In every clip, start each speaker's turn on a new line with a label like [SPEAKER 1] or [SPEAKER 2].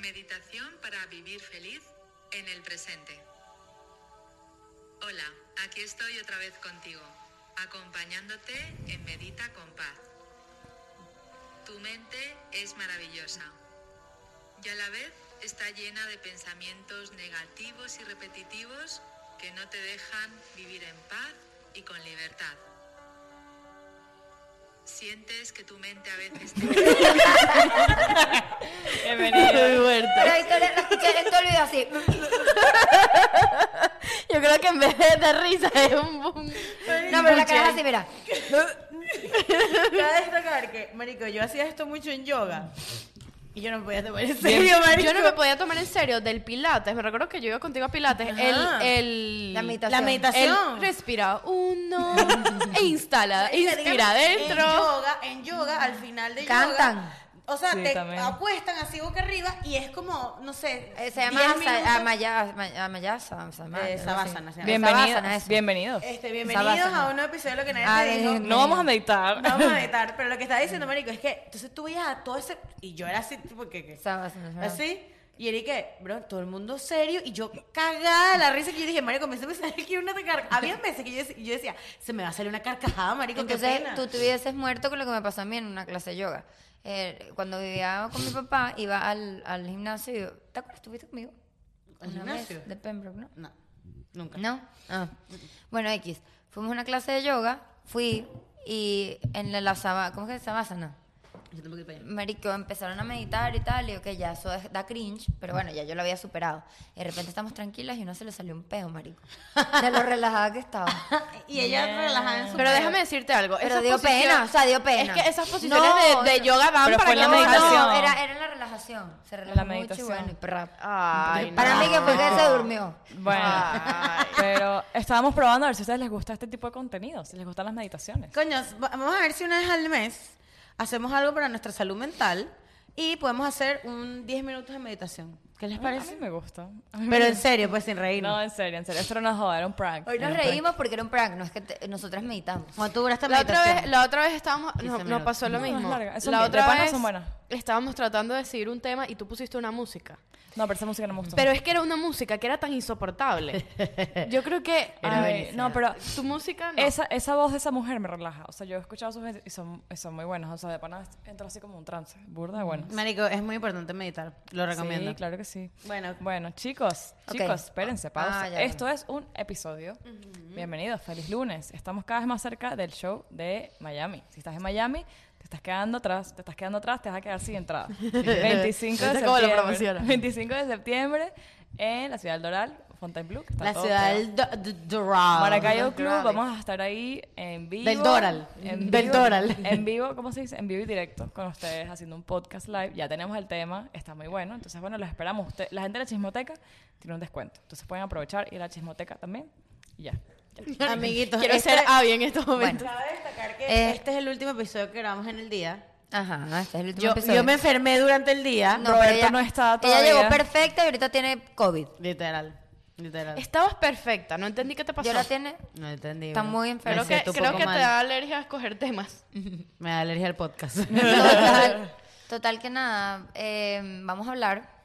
[SPEAKER 1] Meditación para vivir feliz en el presente. Hola, aquí estoy otra vez contigo, acompañándote en Medita con Paz. Tu mente es maravillosa y a la vez está llena de pensamientos negativos y repetitivos que no te dejan vivir en paz y con libertad. Sientes que tu mente a veces te...
[SPEAKER 2] Bienvenido.
[SPEAKER 3] Pero Victoria, la escuché en todo el video así.
[SPEAKER 4] Yo creo que en vez de risa es un boom.
[SPEAKER 3] No, pero la cara es así, mira.
[SPEAKER 2] Cabe destacar que, marico, yo hacía esto mucho en yoga. Y yo no me podía tomar en serio, marico.
[SPEAKER 4] Yo no me podía tomar en serio del Pilates. Me recuerdo que yo iba contigo a Pilates.
[SPEAKER 2] Ajá.
[SPEAKER 4] El, el-
[SPEAKER 3] La meditación.
[SPEAKER 2] La meditación.
[SPEAKER 4] el respira uno e instala,
[SPEAKER 2] Marica, digamos,
[SPEAKER 4] inspira adentro.
[SPEAKER 2] En yoga, en yoga, al final de yoga,
[SPEAKER 3] Cantan.
[SPEAKER 2] O sea,
[SPEAKER 5] Sí,
[SPEAKER 2] te
[SPEAKER 5] también.
[SPEAKER 2] acuestan así boca arriba y es como, no sé,
[SPEAKER 3] Eh, Se llama
[SPEAKER 2] 10
[SPEAKER 3] Asa-
[SPEAKER 2] minutos.
[SPEAKER 3] Amaya- Ama- Amayasa. Sama-
[SPEAKER 2] Eh,
[SPEAKER 3] no sé.
[SPEAKER 2] Savasana se llama.
[SPEAKER 3] Savasana,
[SPEAKER 5] Bienvenidos.
[SPEAKER 3] eso.
[SPEAKER 5] Bienvenidos.
[SPEAKER 2] Este, bienvenidos
[SPEAKER 3] Savasana.
[SPEAKER 2] a un nuevo episodio de lo que nadie
[SPEAKER 3] Ah,
[SPEAKER 2] te
[SPEAKER 3] de-
[SPEAKER 2] dijo.
[SPEAKER 3] no.
[SPEAKER 5] No vamos a meditar.
[SPEAKER 2] No vamos a editar, pero lo que estaba diciendo, marico, es que entonces tú veías a todo ese... Y yo era así, tipo, que... que-
[SPEAKER 3] Savasana, se llama.
[SPEAKER 2] Así. Y era que, bro, todo el mundo serio. Y yo cagada la risa que yo dije, marico, me hizo pensar que era una carcajada. Había veces que yo, dec- yo decía, se me va a salir una carcajada, marico, qué
[SPEAKER 3] Entonces
[SPEAKER 2] pena.
[SPEAKER 3] tú te hubieses muerto con lo que me pasó a mí en una clase de yoga. Eh, cuando vivía con mi papá, iba al, al gimnasio y yo, ¿te acuerdas? ¿Estuviste conmigo?
[SPEAKER 2] ¿Al
[SPEAKER 3] Una vez,
[SPEAKER 2] gimnasio?
[SPEAKER 3] De Pembroke, ¿no?
[SPEAKER 2] No, nunca.
[SPEAKER 3] ¿No? Ah. Bueno, X. Fuimos a una clase de yoga, fui y en la, la sava- ¿cómo es que se llama? Savasana.
[SPEAKER 2] Yo tampoco iba para allá.
[SPEAKER 3] Marico, empezaron a meditar y tal, y yo que ya eso es- da cringe, pero bueno, ya yo lo había superado. Y de repente estamos tranquilas y uno se le salió un peo, marico. De lo relajada que estaba.
[SPEAKER 2] Y ella relajada en su
[SPEAKER 4] Pero
[SPEAKER 2] pedo.
[SPEAKER 4] déjame decirte algo.
[SPEAKER 3] Pero
[SPEAKER 4] esas
[SPEAKER 3] dio
[SPEAKER 4] posiciones-
[SPEAKER 3] pena, o sea, dio pena.
[SPEAKER 4] Es que esas posiciones
[SPEAKER 3] No,
[SPEAKER 4] de, de
[SPEAKER 3] no.
[SPEAKER 4] yoga van
[SPEAKER 5] Pero
[SPEAKER 4] para
[SPEAKER 5] fue en la
[SPEAKER 4] que uno-
[SPEAKER 5] meditación.
[SPEAKER 3] No, era, era en la relajación. Se relajó
[SPEAKER 5] la
[SPEAKER 3] mucho y
[SPEAKER 5] meditación.
[SPEAKER 3] bueno, y prrap.
[SPEAKER 4] Ay,
[SPEAKER 3] Para
[SPEAKER 4] no.
[SPEAKER 3] mí que fue que se durmió.
[SPEAKER 5] Bueno, pero estábamos probando a ver si a ustedes les gusta este tipo de contenido, si les gustan las meditaciones.
[SPEAKER 2] Coño, va- vamos a ver si una vez al mes hacemos algo para nuestra salud mental y podemos hacer un 10 minutos de meditación. ¿Qué les
[SPEAKER 5] A
[SPEAKER 2] parece?
[SPEAKER 5] mí me gusta.
[SPEAKER 2] Pero en serio, pues sin
[SPEAKER 5] No,
[SPEAKER 2] reírnos.
[SPEAKER 5] en serio, en serio. Esto no es joder, era un prank.
[SPEAKER 3] Hoy nos
[SPEAKER 5] Era un prank.
[SPEAKER 3] reímos porque era un prank, no es que te- nosotras meditamos.
[SPEAKER 2] Cuando tú dura esta
[SPEAKER 4] La otra,
[SPEAKER 2] meditación.
[SPEAKER 4] vez, la otra vez estábamos, no, nos,
[SPEAKER 2] minutos.
[SPEAKER 4] pasó lo
[SPEAKER 5] No, es
[SPEAKER 4] mismo.
[SPEAKER 5] larga, es un
[SPEAKER 4] la
[SPEAKER 5] día. De
[SPEAKER 4] otra
[SPEAKER 5] pana
[SPEAKER 4] vez
[SPEAKER 5] son buenas.
[SPEAKER 4] estábamos tratando de decidir un tema y tú pusiste una música.
[SPEAKER 5] No, pero esa música no me gustó.
[SPEAKER 4] Pero es que era una música que era tan insoportable. Yo creo que
[SPEAKER 5] Era
[SPEAKER 4] ay,
[SPEAKER 5] buenísima.
[SPEAKER 4] no, pero tu música no.
[SPEAKER 5] esa, esa voz de esa mujer me relaja. O sea, yo he escuchado sus veces y son, y son muy buenas. O sea, de pana entro así como un trance. Burda, bueno.
[SPEAKER 2] Marico, es muy importante meditar. Lo recomiendo.
[SPEAKER 5] Sí, claro que sí.
[SPEAKER 2] Bueno.
[SPEAKER 5] bueno chicos,
[SPEAKER 3] Ok.
[SPEAKER 5] chicos, espérense, pausa.
[SPEAKER 3] Ah, ya.
[SPEAKER 5] Esto es un episodio. Bienvenidos, feliz lunes. Estamos cada vez más cerca del show de Miami. Si estás en Miami, te estás quedando atrás, te estás quedando atrás, te vas a quedar sin entrada. 25 de
[SPEAKER 4] Eso es como lo
[SPEAKER 5] septiembre.
[SPEAKER 4] promociona.
[SPEAKER 5] 25 de septiembre en la ciudad del Doral, Fontainebleau. que está
[SPEAKER 2] La
[SPEAKER 5] todo
[SPEAKER 2] ciudad
[SPEAKER 5] pegado.
[SPEAKER 2] del Do- do-
[SPEAKER 4] Ah,
[SPEAKER 2] Doral.
[SPEAKER 5] Maracayo
[SPEAKER 3] Los
[SPEAKER 5] Club,
[SPEAKER 3] Dorales.
[SPEAKER 5] vamos a estar ahí en vivo.
[SPEAKER 2] Del Doral.
[SPEAKER 5] En
[SPEAKER 2] Del
[SPEAKER 5] vivo,
[SPEAKER 2] Doral.
[SPEAKER 5] En vivo, ¿cómo se dice? En vivo y directo con ustedes haciendo un podcast live. Ya tenemos el tema, está muy bueno. Entonces, bueno, los esperamos. Usted- la gente de la chismoteca tiene un descuento. Entonces pueden aprovechar y la chismoteca también. Y ya.
[SPEAKER 2] Amiguitos,
[SPEAKER 4] Quiero
[SPEAKER 2] este-
[SPEAKER 4] ser Abby en estos momentos.
[SPEAKER 2] Cabe destacar que
[SPEAKER 3] Eh,
[SPEAKER 2] este es el último episodio que grabamos en el día.
[SPEAKER 3] Ajá, este es el último
[SPEAKER 2] Yo,
[SPEAKER 3] episodio.
[SPEAKER 2] yo me enfermé durante el día.
[SPEAKER 3] pero
[SPEAKER 5] Roberto no está todavía.
[SPEAKER 3] Ella llegó perfecta y ahorita tiene COVID.
[SPEAKER 2] Literal. Literal.
[SPEAKER 4] Estabas perfecta, no entendí qué te pasó.
[SPEAKER 3] Yo la tiene.
[SPEAKER 2] No entendí.
[SPEAKER 3] Está
[SPEAKER 2] bro.
[SPEAKER 3] muy enferma.
[SPEAKER 4] Creo
[SPEAKER 2] Me
[SPEAKER 4] que,
[SPEAKER 2] siento un
[SPEAKER 4] creo
[SPEAKER 2] poco
[SPEAKER 4] que te
[SPEAKER 2] mal.
[SPEAKER 4] da alergia a escoger temas.
[SPEAKER 2] Me da alergia al podcast.
[SPEAKER 3] Total, total que nada, eh, vamos a hablar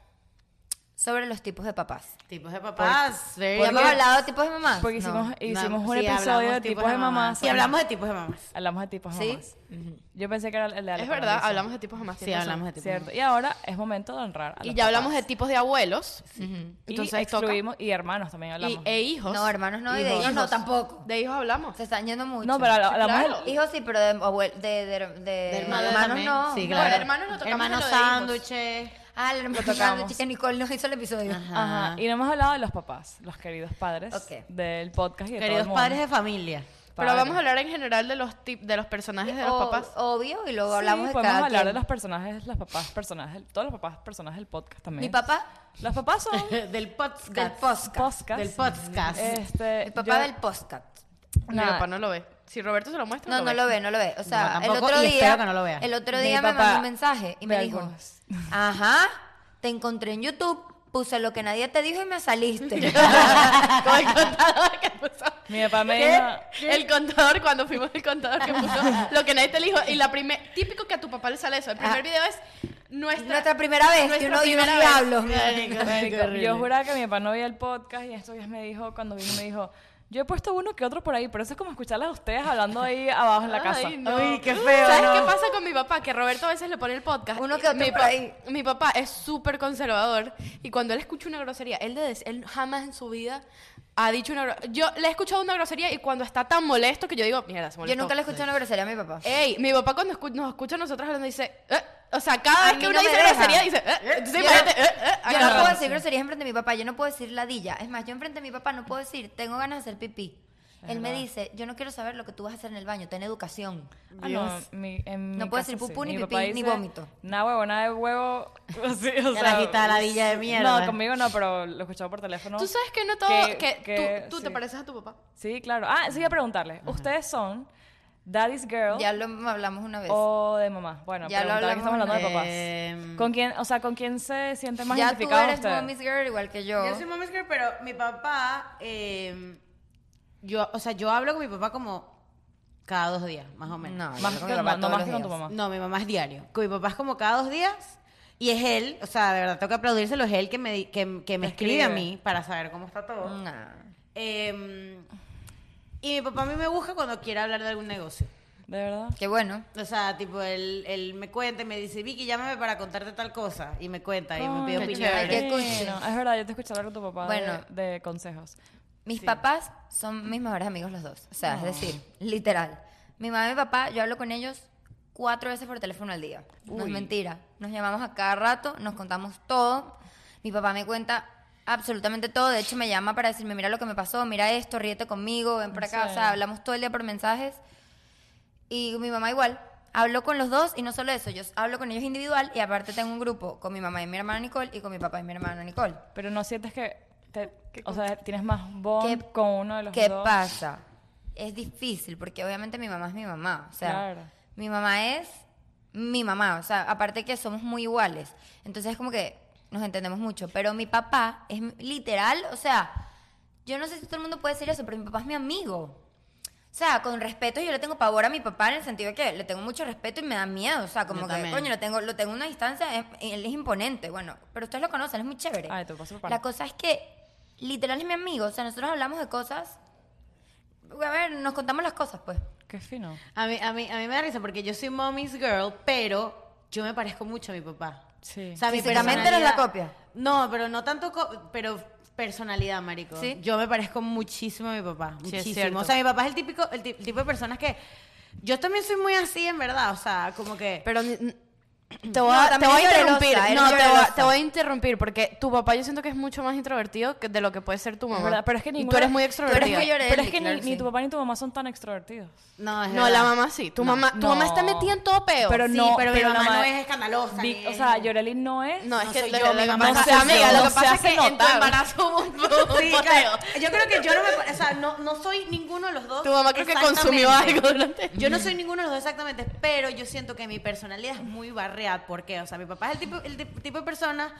[SPEAKER 3] sobre los tipos de papás.
[SPEAKER 2] Tipos de papás. very
[SPEAKER 3] ¿Ya hemos
[SPEAKER 2] good.
[SPEAKER 3] hablado de tipos de mamás? No.
[SPEAKER 5] Porque hicimos, hicimos
[SPEAKER 2] No,
[SPEAKER 5] un
[SPEAKER 2] sí,
[SPEAKER 5] episodio
[SPEAKER 2] hablamos
[SPEAKER 5] de tipos de mamás.
[SPEAKER 2] Y hablamos de tipos de mamás.
[SPEAKER 5] Hablamos de tipos de
[SPEAKER 3] Sí.
[SPEAKER 5] mamás. Yo pensé que era el de la
[SPEAKER 4] Es verdad,
[SPEAKER 5] paraliza.
[SPEAKER 4] hablamos de tipos de mamás.
[SPEAKER 2] Sí,
[SPEAKER 4] tienes razón.
[SPEAKER 2] hablamos de tipos de
[SPEAKER 5] Cierto.
[SPEAKER 2] mamás.
[SPEAKER 5] Y ahora es momento de honrar. A
[SPEAKER 4] Y
[SPEAKER 5] los
[SPEAKER 4] ya hablamos de
[SPEAKER 5] papás.
[SPEAKER 4] tipos de abuelos.
[SPEAKER 5] Y
[SPEAKER 4] Entonces toca.
[SPEAKER 5] excluimos, y hermanos también
[SPEAKER 4] Y,
[SPEAKER 5] hablamos.
[SPEAKER 4] e hijos.
[SPEAKER 3] No, hermanos no, y de
[SPEAKER 4] Hijos.
[SPEAKER 3] hijos no tampoco.
[SPEAKER 4] De hijos hablamos.
[SPEAKER 3] Se están yendo mucho.
[SPEAKER 5] no, pero habla-
[SPEAKER 4] Sí,
[SPEAKER 5] hablamos de-
[SPEAKER 4] claro.
[SPEAKER 3] Hijos sí, pero de, abuel- de, de, de-
[SPEAKER 2] hermanos
[SPEAKER 3] Eh, hermanos
[SPEAKER 2] también.
[SPEAKER 3] no.
[SPEAKER 2] Sí,
[SPEAKER 4] No,
[SPEAKER 2] claro.
[SPEAKER 4] de hermanos lo tocamos
[SPEAKER 2] Hermanos
[SPEAKER 4] en lo de hijos.
[SPEAKER 2] sándwiches.
[SPEAKER 3] Ah, el hermano
[SPEAKER 5] tocamos.
[SPEAKER 3] chica Nicole nos hizo el episodio.
[SPEAKER 5] Ajá. Ah, Y no hemos hablado de los papás, los queridos padres
[SPEAKER 3] Ok.
[SPEAKER 5] del podcast y de todo el
[SPEAKER 2] Queridos
[SPEAKER 5] mundo.
[SPEAKER 2] padres de familia.
[SPEAKER 4] Pero vamos a hablar en general de los tip, de los personajes de los
[SPEAKER 3] O-
[SPEAKER 4] papás.
[SPEAKER 3] Obvio, y luego
[SPEAKER 5] Sí,
[SPEAKER 3] hablamos de
[SPEAKER 5] podemos
[SPEAKER 3] cada
[SPEAKER 5] hablar de
[SPEAKER 3] quien.
[SPEAKER 5] los personajes, los papás, personajes, del- todos los papás, personajes del podcast también.
[SPEAKER 3] Mi papá
[SPEAKER 5] Los papás son
[SPEAKER 2] del podcast.
[SPEAKER 3] del podcast.
[SPEAKER 5] podcast.
[SPEAKER 2] Del podcast.
[SPEAKER 5] Este,
[SPEAKER 3] Mi papá
[SPEAKER 5] yo-
[SPEAKER 3] del podcast.
[SPEAKER 4] Mi
[SPEAKER 5] nada.
[SPEAKER 4] papá no lo ve. Si Roberto se lo muestra,
[SPEAKER 3] No,
[SPEAKER 4] lo
[SPEAKER 3] no
[SPEAKER 4] ve.
[SPEAKER 3] lo ve, no lo ve. O sea,
[SPEAKER 2] No, tampoco,
[SPEAKER 3] el otro
[SPEAKER 2] y
[SPEAKER 3] día.
[SPEAKER 2] espero que no lo vea.
[SPEAKER 3] El otro
[SPEAKER 5] Mi
[SPEAKER 3] día me
[SPEAKER 5] papá
[SPEAKER 3] mandó un mensaje y me
[SPEAKER 5] ve
[SPEAKER 3] dijo:
[SPEAKER 5] algunos.
[SPEAKER 3] Ajá, te encontré en YouTube, puse lo que nadie te dijo y me saliste.
[SPEAKER 4] Como el contador que puso.
[SPEAKER 5] Mi papá me
[SPEAKER 4] ¿Qué?
[SPEAKER 5] dijo...
[SPEAKER 4] El contador, cuando fuimos el contador que puso lo que nadie te dijo. Y la primer, típico que a tu papá le sale eso. El primer
[SPEAKER 3] Ah.
[SPEAKER 4] video es Nuestra,
[SPEAKER 3] Nuestra primera vez que uno, y unos diablos.
[SPEAKER 5] Marico, yo juraba que mi papá no veía el podcast y estos días me dijo, cuando vino me dijo, yo he puesto uno que otro por ahí, pero eso es como escucharlas a ustedes hablando ahí abajo en la casa.
[SPEAKER 4] Ay, no.
[SPEAKER 2] Uy, qué feo.
[SPEAKER 4] ¿Sabes
[SPEAKER 2] no.
[SPEAKER 4] qué pasa con mi papá? Que Roberto a veces le pone el podcast.
[SPEAKER 3] Uno que otro
[SPEAKER 4] mi,
[SPEAKER 3] por
[SPEAKER 4] pa-
[SPEAKER 3] ahí.
[SPEAKER 4] mi papá es súper conservador y cuando él escucha una grosería, él, de- él jamás en su vida ha dicho una grosería. Yo le he escuchado una grosería y cuando está tan molesto que yo digo, mierda, se
[SPEAKER 3] Yo
[SPEAKER 4] molestó.
[SPEAKER 3] nunca le escuché una grosería a mi papá.
[SPEAKER 4] Ey, mi papá cuando escu- nos escucha a nosotros hablando dice, "Eh", o sea, cada
[SPEAKER 3] A
[SPEAKER 4] vez que
[SPEAKER 3] mí
[SPEAKER 4] uno
[SPEAKER 3] no me
[SPEAKER 4] dice
[SPEAKER 3] deja.
[SPEAKER 4] grosería dice, "Eh", entonces
[SPEAKER 3] Yo no-
[SPEAKER 4] imagínate, "Eh, eh",
[SPEAKER 3] Yo no puedo
[SPEAKER 4] agarrándose.
[SPEAKER 3] decir groserías enfrente de mi papá, yo no puedo decir ladilla. Es más, yo enfrente de mi papá no puedo decir, tengo ganas de hacer pipí. Él me dice, yo no quiero saber lo que tú vas a hacer en el baño, ten educación.
[SPEAKER 5] Ah, no, mi- en
[SPEAKER 3] No
[SPEAKER 5] mi
[SPEAKER 3] puedo
[SPEAKER 5] casa
[SPEAKER 3] decir
[SPEAKER 5] sí.
[SPEAKER 3] pupú, ni
[SPEAKER 5] Mi
[SPEAKER 3] pipí,
[SPEAKER 5] papá
[SPEAKER 3] ni
[SPEAKER 5] dice,
[SPEAKER 3] vómito.
[SPEAKER 5] Nada huevo, nada de huevo. Así, o
[SPEAKER 2] Ya
[SPEAKER 5] sea,
[SPEAKER 2] la agita la villa de mierda.
[SPEAKER 5] No, conmigo no, pero lo escuchaba por teléfono.
[SPEAKER 4] Tú sabes que no todo, que,
[SPEAKER 5] que-
[SPEAKER 4] tú, tú
[SPEAKER 5] sí.
[SPEAKER 4] te pareces a tu papá.
[SPEAKER 5] Sí, claro. Ah, sí, voy a preguntarle. ¿Ustedes son Daddy's Girl
[SPEAKER 3] Ya lo hablamos una vez.
[SPEAKER 5] o de mamá? Bueno,
[SPEAKER 3] Pues, Ya lo
[SPEAKER 5] preguntar, que estamos
[SPEAKER 3] hablamos
[SPEAKER 5] hablando de papás.
[SPEAKER 2] Em.
[SPEAKER 5] ¿Con quién, o sea, con quién se siente más
[SPEAKER 3] ya tú
[SPEAKER 5] identificado
[SPEAKER 3] eres
[SPEAKER 5] usted?
[SPEAKER 3] mommy's girl igual que yo.
[SPEAKER 2] Yo soy mommy's girl, pero mi papá, eh, yo, o sea, yo hablo con mi papá como cada dos días, más o menos.
[SPEAKER 3] No, yo
[SPEAKER 5] Más
[SPEAKER 3] creo
[SPEAKER 5] que
[SPEAKER 3] que
[SPEAKER 5] con,
[SPEAKER 3] lo va
[SPEAKER 5] no,
[SPEAKER 3] todos
[SPEAKER 5] más
[SPEAKER 3] los
[SPEAKER 5] que con tu
[SPEAKER 3] días.
[SPEAKER 5] mamá.
[SPEAKER 2] No, mi mamá es diario. Con mi papá es como cada dos días. Y es él, o sea, de verdad tengo que aplaudírselo, es él que me, di- que, que me
[SPEAKER 5] Te
[SPEAKER 2] escribe, a
[SPEAKER 5] escribe. Mm.
[SPEAKER 2] mí para saber cómo está todo.
[SPEAKER 3] Nah.
[SPEAKER 2] Eh, y mi papá a mí me busca cuando quiere hablar de algún negocio.
[SPEAKER 5] De verdad.
[SPEAKER 3] Qué bueno.
[SPEAKER 2] O sea, tipo, él, él me cuenta y me dice, Vicky, llámame para contarte tal cosa. Y me cuenta y me pide
[SPEAKER 5] Ay, qué
[SPEAKER 2] opinión.
[SPEAKER 3] Ay, qué
[SPEAKER 5] chévere.
[SPEAKER 3] cuchi.
[SPEAKER 5] No, es verdad, yo te escuché hablar con tu papá
[SPEAKER 3] Bueno.
[SPEAKER 5] de, de consejos.
[SPEAKER 3] Mis papás son mis mejores amigos los dos. O sea, es decir, literal. Mi mamá y mi papá, yo hablo con ellos cuatro veces por teléfono al día. No es mentira. Nos llamamos a cada rato, nos contamos todo. Mi papá me cuenta absolutamente todo. De hecho, me llama para decirme, mira lo que me pasó, mira esto, ríete conmigo, ven por
[SPEAKER 5] ¿En
[SPEAKER 3] acá. O
[SPEAKER 5] serio?
[SPEAKER 3] sea, hablamos todo el día por mensajes. Y mi mamá igual. Hablo con los dos y no solo eso, yo hablo con ellos individual y aparte tengo un grupo con mi mamá y mi hermana Nicole y con mi papá y mi hermana Nicole.
[SPEAKER 5] Pero no sientes que, te- o sea, tienes más bond
[SPEAKER 3] ¿Qué-
[SPEAKER 5] con uno de los
[SPEAKER 3] ¿Qué
[SPEAKER 5] dos.
[SPEAKER 3] pasa? Es difícil porque obviamente mi mamá es mi mamá. O sea,
[SPEAKER 5] Claro.
[SPEAKER 3] mi mamá es mi mamá. O sea, aparte que somos muy iguales. Entonces es como que nos entendemos mucho. Pero mi papá es mi- literal, o sea, yo no sé si todo el mundo puede decir eso, pero mi papá es mi amigo. O sea, con respeto yo le tengo pavor a mi papá en el sentido de que le tengo mucho respeto y me da miedo. O sea, como
[SPEAKER 2] Yo
[SPEAKER 3] que,
[SPEAKER 2] también.
[SPEAKER 3] coño, lo tengo, lo tengo a una distancia, es- él es imponente. Bueno, pero ustedes lo conocen, es muy chévere.
[SPEAKER 5] Ay, Ah, tu papá es súper pana.
[SPEAKER 3] La cosa es que literal es mi amigo. O sea, nosotros hablamos de cosas. A ver, nos contamos las cosas, pues.
[SPEAKER 5] Qué fino.
[SPEAKER 2] A mí, a, mí, a mí me da risa porque yo soy mommy's girl, pero yo me parezco mucho a mi papá.
[SPEAKER 5] Sí.
[SPEAKER 2] O sea, mi
[SPEAKER 3] Físicamente
[SPEAKER 2] personalidad-
[SPEAKER 3] eres la copia.
[SPEAKER 2] No, pero no tanto, co- pero personalidad, marico.
[SPEAKER 3] Sí.
[SPEAKER 2] Yo me parezco muchísimo a mi papá,
[SPEAKER 4] Sí, es
[SPEAKER 2] muchísimo.
[SPEAKER 4] cierto.
[SPEAKER 2] o sea, mi papá es el típico, el, ti- el tipo de personas que yo también soy muy así, en verdad. O sea, como que
[SPEAKER 4] Pero ni- n- Mm, te voy
[SPEAKER 3] No,
[SPEAKER 4] a, te
[SPEAKER 3] también
[SPEAKER 4] voy a
[SPEAKER 3] es llorosa,
[SPEAKER 4] interrumpir.
[SPEAKER 3] eres
[SPEAKER 4] No, te voy, a-
[SPEAKER 3] llorosa.
[SPEAKER 4] te voy a interrumpir porque tu papá yo siento que es mucho más introvertido que de lo que puede ser tu mamá.
[SPEAKER 5] verdad, pero es que
[SPEAKER 4] y tú
[SPEAKER 5] ninguna-
[SPEAKER 4] eres muy
[SPEAKER 5] tú eres
[SPEAKER 4] extrovertida.
[SPEAKER 3] muy llorona.
[SPEAKER 5] Pero es que
[SPEAKER 3] claro,
[SPEAKER 5] ni, ni
[SPEAKER 3] sí.
[SPEAKER 5] tu papá ni tu mamá son tan extrovertidos.
[SPEAKER 2] no, es
[SPEAKER 4] No,
[SPEAKER 2] verdad.
[SPEAKER 4] la mamá sí. Tu mamá, tu mamá está
[SPEAKER 5] No.
[SPEAKER 4] metida en todo peo.
[SPEAKER 5] Pero
[SPEAKER 2] Sí,
[SPEAKER 5] no,
[SPEAKER 2] pero, mi
[SPEAKER 5] la
[SPEAKER 2] mamá no
[SPEAKER 5] ma-
[SPEAKER 2] es escandalosa.
[SPEAKER 5] Vic-
[SPEAKER 2] ni
[SPEAKER 5] o
[SPEAKER 2] es-
[SPEAKER 5] sea, Yorelin no es.
[SPEAKER 4] no, es que
[SPEAKER 2] soy
[SPEAKER 4] lo-
[SPEAKER 2] yo,
[SPEAKER 4] lo-
[SPEAKER 2] mi
[SPEAKER 4] lo-
[SPEAKER 2] mamá
[SPEAKER 4] no
[SPEAKER 2] no
[SPEAKER 4] sé,
[SPEAKER 2] se
[SPEAKER 4] amiga,
[SPEAKER 5] hace-
[SPEAKER 4] lo que
[SPEAKER 5] no
[SPEAKER 4] pasa
[SPEAKER 5] se
[SPEAKER 4] es que
[SPEAKER 5] hace
[SPEAKER 4] en tu
[SPEAKER 5] notar.
[SPEAKER 4] embarazo hubo un
[SPEAKER 2] Sí,
[SPEAKER 4] un
[SPEAKER 2] claro.
[SPEAKER 4] peo.
[SPEAKER 2] Yo creo que yo no me, pare- o sea, no, no soy ninguno de los dos.
[SPEAKER 4] Tu mamá creo que consumió
[SPEAKER 2] exactamente.
[SPEAKER 4] algo durante...
[SPEAKER 2] Yo no soy ninguno de los dos exactamente, pero yo siento que mi personalidad es muy barreada. ¿Por qué? O sea, mi papá es el tipo, el tip- tipo de persona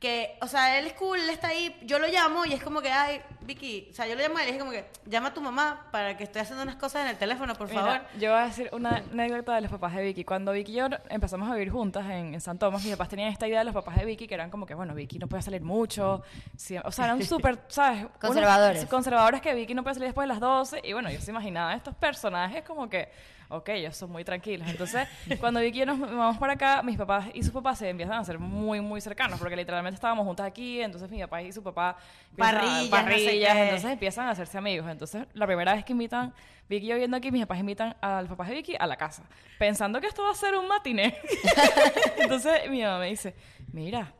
[SPEAKER 2] que, o sea, él es cool, él está ahí, yo lo llamo y es como que, ay, Vicky, o sea, yo lo llamo y le dije como que, llama a tu mamá para que estoy haciendo unas cosas en el teléfono, por
[SPEAKER 5] Mira,
[SPEAKER 2] favor.
[SPEAKER 5] yo voy a decir una anécdota de los papás de Vicky. Cuando Vicky y yo empezamos a vivir juntas en, en San Tomás, mis papás tenían esta idea de los papás de Vicky, que eran como que, bueno, Vicky no puede salir mucho. sí, o sea, eran súper, ¿sabes? Unos
[SPEAKER 3] Conservadores.
[SPEAKER 5] conservadores que Vicky no puede salir después de las 12. Y bueno, yo se imaginaba estos personajes como que, ok, ellos son muy tranquilos. Entonces, cuando Vicky y yo nos vamos para acá, mis papás y sus papás se empiezan a ser muy, muy cercanos, porque literalmente estábamos juntas aquí. Entonces, mi papá y su papá. empiezan a-
[SPEAKER 2] Parrillas, no sé
[SPEAKER 5] parrillas.
[SPEAKER 2] qué.
[SPEAKER 5] Entonces, empiezan a hacerse amigos. Entonces, la primera vez que invitan, Vicky y yo viendo aquí, mis papás invitan a los papás de Vicky a la casa, pensando que esto va a ser un matiné. Entonces, mi mamá me dice, mira,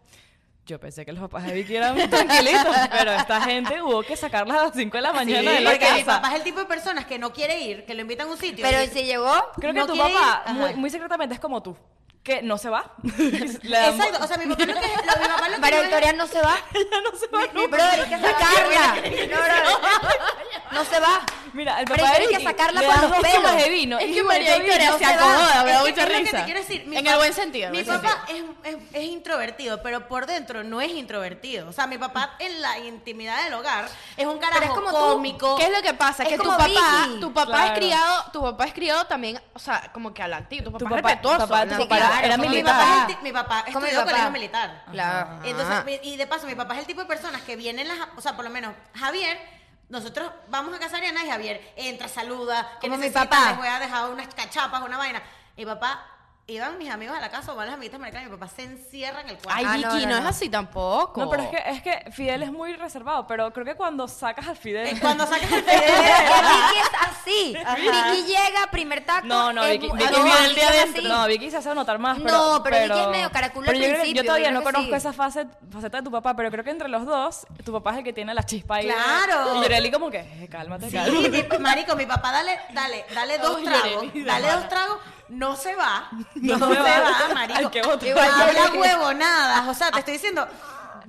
[SPEAKER 5] yo pensé que los papás de Vicky eran tranquilitos, pero esta gente hubo que sacarlas a las 5 de la mañana
[SPEAKER 2] Sí,
[SPEAKER 5] de la
[SPEAKER 2] porque mi
[SPEAKER 5] casa.
[SPEAKER 2] papá es el tipo de personas que no quiere ir, que lo invitan a un sitio.
[SPEAKER 3] Pero
[SPEAKER 2] y-
[SPEAKER 3] si llegó,
[SPEAKER 5] Creo que
[SPEAKER 2] no
[SPEAKER 5] tu
[SPEAKER 2] quiere
[SPEAKER 5] papá,
[SPEAKER 2] ir,
[SPEAKER 5] muy,
[SPEAKER 2] ajá.
[SPEAKER 5] muy secretamente, es como tú, que no se va. Le da mu-
[SPEAKER 2] Exacto, o sea, mi papá lo que, lo- mi papá lo que
[SPEAKER 3] María
[SPEAKER 2] no es-
[SPEAKER 3] Victoria no se va.
[SPEAKER 5] Ella no se va.
[SPEAKER 3] Brother, ¿y qué se carga? No, brother. No se va.
[SPEAKER 5] Mira, el
[SPEAKER 3] Pero
[SPEAKER 5] papá
[SPEAKER 3] yo
[SPEAKER 5] de
[SPEAKER 3] tengo que
[SPEAKER 5] Vicky
[SPEAKER 3] sacarla
[SPEAKER 5] le
[SPEAKER 3] por
[SPEAKER 5] da
[SPEAKER 3] los
[SPEAKER 5] dos copas
[SPEAKER 3] pelos.
[SPEAKER 5] de vino.
[SPEAKER 4] Es
[SPEAKER 5] y
[SPEAKER 4] que
[SPEAKER 5] igualito
[SPEAKER 4] María
[SPEAKER 5] vino.
[SPEAKER 4] Victoria
[SPEAKER 2] no
[SPEAKER 4] se
[SPEAKER 2] va.
[SPEAKER 4] acomoda, me da
[SPEAKER 2] Es que
[SPEAKER 4] mucha
[SPEAKER 2] es lo que
[SPEAKER 4] risa.
[SPEAKER 2] te quiero decir, mi
[SPEAKER 4] en
[SPEAKER 2] papá-
[SPEAKER 4] el buen sentido.
[SPEAKER 2] Mi
[SPEAKER 4] en el buen
[SPEAKER 2] papá es, es- es introvertido, pero por dentro no es introvertido. O sea, mi papá en la intimidad del hogar es un carajo
[SPEAKER 3] es como tú.
[SPEAKER 2] cómico.
[SPEAKER 4] ¿Qué es lo que pasa?
[SPEAKER 3] Es
[SPEAKER 4] que tu
[SPEAKER 3] como
[SPEAKER 4] papá,
[SPEAKER 3] Vicky.
[SPEAKER 4] tu papá
[SPEAKER 5] Claro.
[SPEAKER 4] es criado, tu papá es criado también, o sea, como que a la antigua, tu papá,
[SPEAKER 5] Tu
[SPEAKER 4] es
[SPEAKER 5] papá-
[SPEAKER 4] respetuoso.
[SPEAKER 5] papá- tu
[SPEAKER 4] ¿no?
[SPEAKER 5] Sí,
[SPEAKER 3] papá era- era
[SPEAKER 2] Mi
[SPEAKER 3] militar.
[SPEAKER 2] papá, es el ti- mi papá
[SPEAKER 3] Como mi
[SPEAKER 2] estudió
[SPEAKER 3] papá.
[SPEAKER 2] colegio militar.
[SPEAKER 3] Claro.
[SPEAKER 2] Entonces, mi- y de paso, mi papá es el tipo de personas que vienen las, o sea, por lo menos Javier, nosotros vamos a Casariana y Javier entra, saluda, que
[SPEAKER 3] Como mi
[SPEAKER 2] necesita?
[SPEAKER 3] papá.
[SPEAKER 2] Les voy a dejar unas cachapas, una vaina. Y papá, iban mis amigos a la casa o van las amiguitas americanas y mi papá se encierra en el cuarto.
[SPEAKER 4] Ay,
[SPEAKER 3] Ah, no,
[SPEAKER 4] Vicky,
[SPEAKER 3] no,
[SPEAKER 4] no, es
[SPEAKER 3] no.
[SPEAKER 4] así tampoco.
[SPEAKER 5] No, pero es que, es que Fidel es muy reservado, pero creo que cuando sacas a Fidel...
[SPEAKER 2] Eh, Cuando sacas el
[SPEAKER 3] Pero
[SPEAKER 2] video,
[SPEAKER 3] Vicky es así. Vicky llega, primer taco.
[SPEAKER 5] No, no,
[SPEAKER 3] es
[SPEAKER 5] Vicky,
[SPEAKER 3] mu-
[SPEAKER 5] Vicky
[SPEAKER 3] no,
[SPEAKER 5] viene el día
[SPEAKER 3] es
[SPEAKER 5] de
[SPEAKER 3] así.
[SPEAKER 5] No, Vicky se hace notar más. Pero,
[SPEAKER 3] No, pero Vicky es medio caracol al
[SPEAKER 5] pero yo creo que-
[SPEAKER 3] principio,
[SPEAKER 5] Yo todavía
[SPEAKER 3] yo
[SPEAKER 5] no
[SPEAKER 3] creo que
[SPEAKER 5] conozco
[SPEAKER 3] sí.
[SPEAKER 5] esa fase, faceta de tu papá, pero creo que entre los dos, tu papá es el que tiene la chispa ahí.
[SPEAKER 2] Claro.
[SPEAKER 5] Y Yoreli como que, "Eh, cálmate,
[SPEAKER 2] Sí,
[SPEAKER 5] cálmate.
[SPEAKER 2] tipo, marico, mi papá, dale, dale, dale dos
[SPEAKER 4] Ay,
[SPEAKER 2] tragos,
[SPEAKER 4] Yoreli, la
[SPEAKER 2] dale
[SPEAKER 4] mala.
[SPEAKER 2] dos tragos, no se va, no,
[SPEAKER 5] No
[SPEAKER 2] se
[SPEAKER 5] se
[SPEAKER 2] va,
[SPEAKER 5] va.
[SPEAKER 2] marico.
[SPEAKER 5] Al que otro.
[SPEAKER 2] Igual, Habla huevonadas, o sea, te estoy diciendo,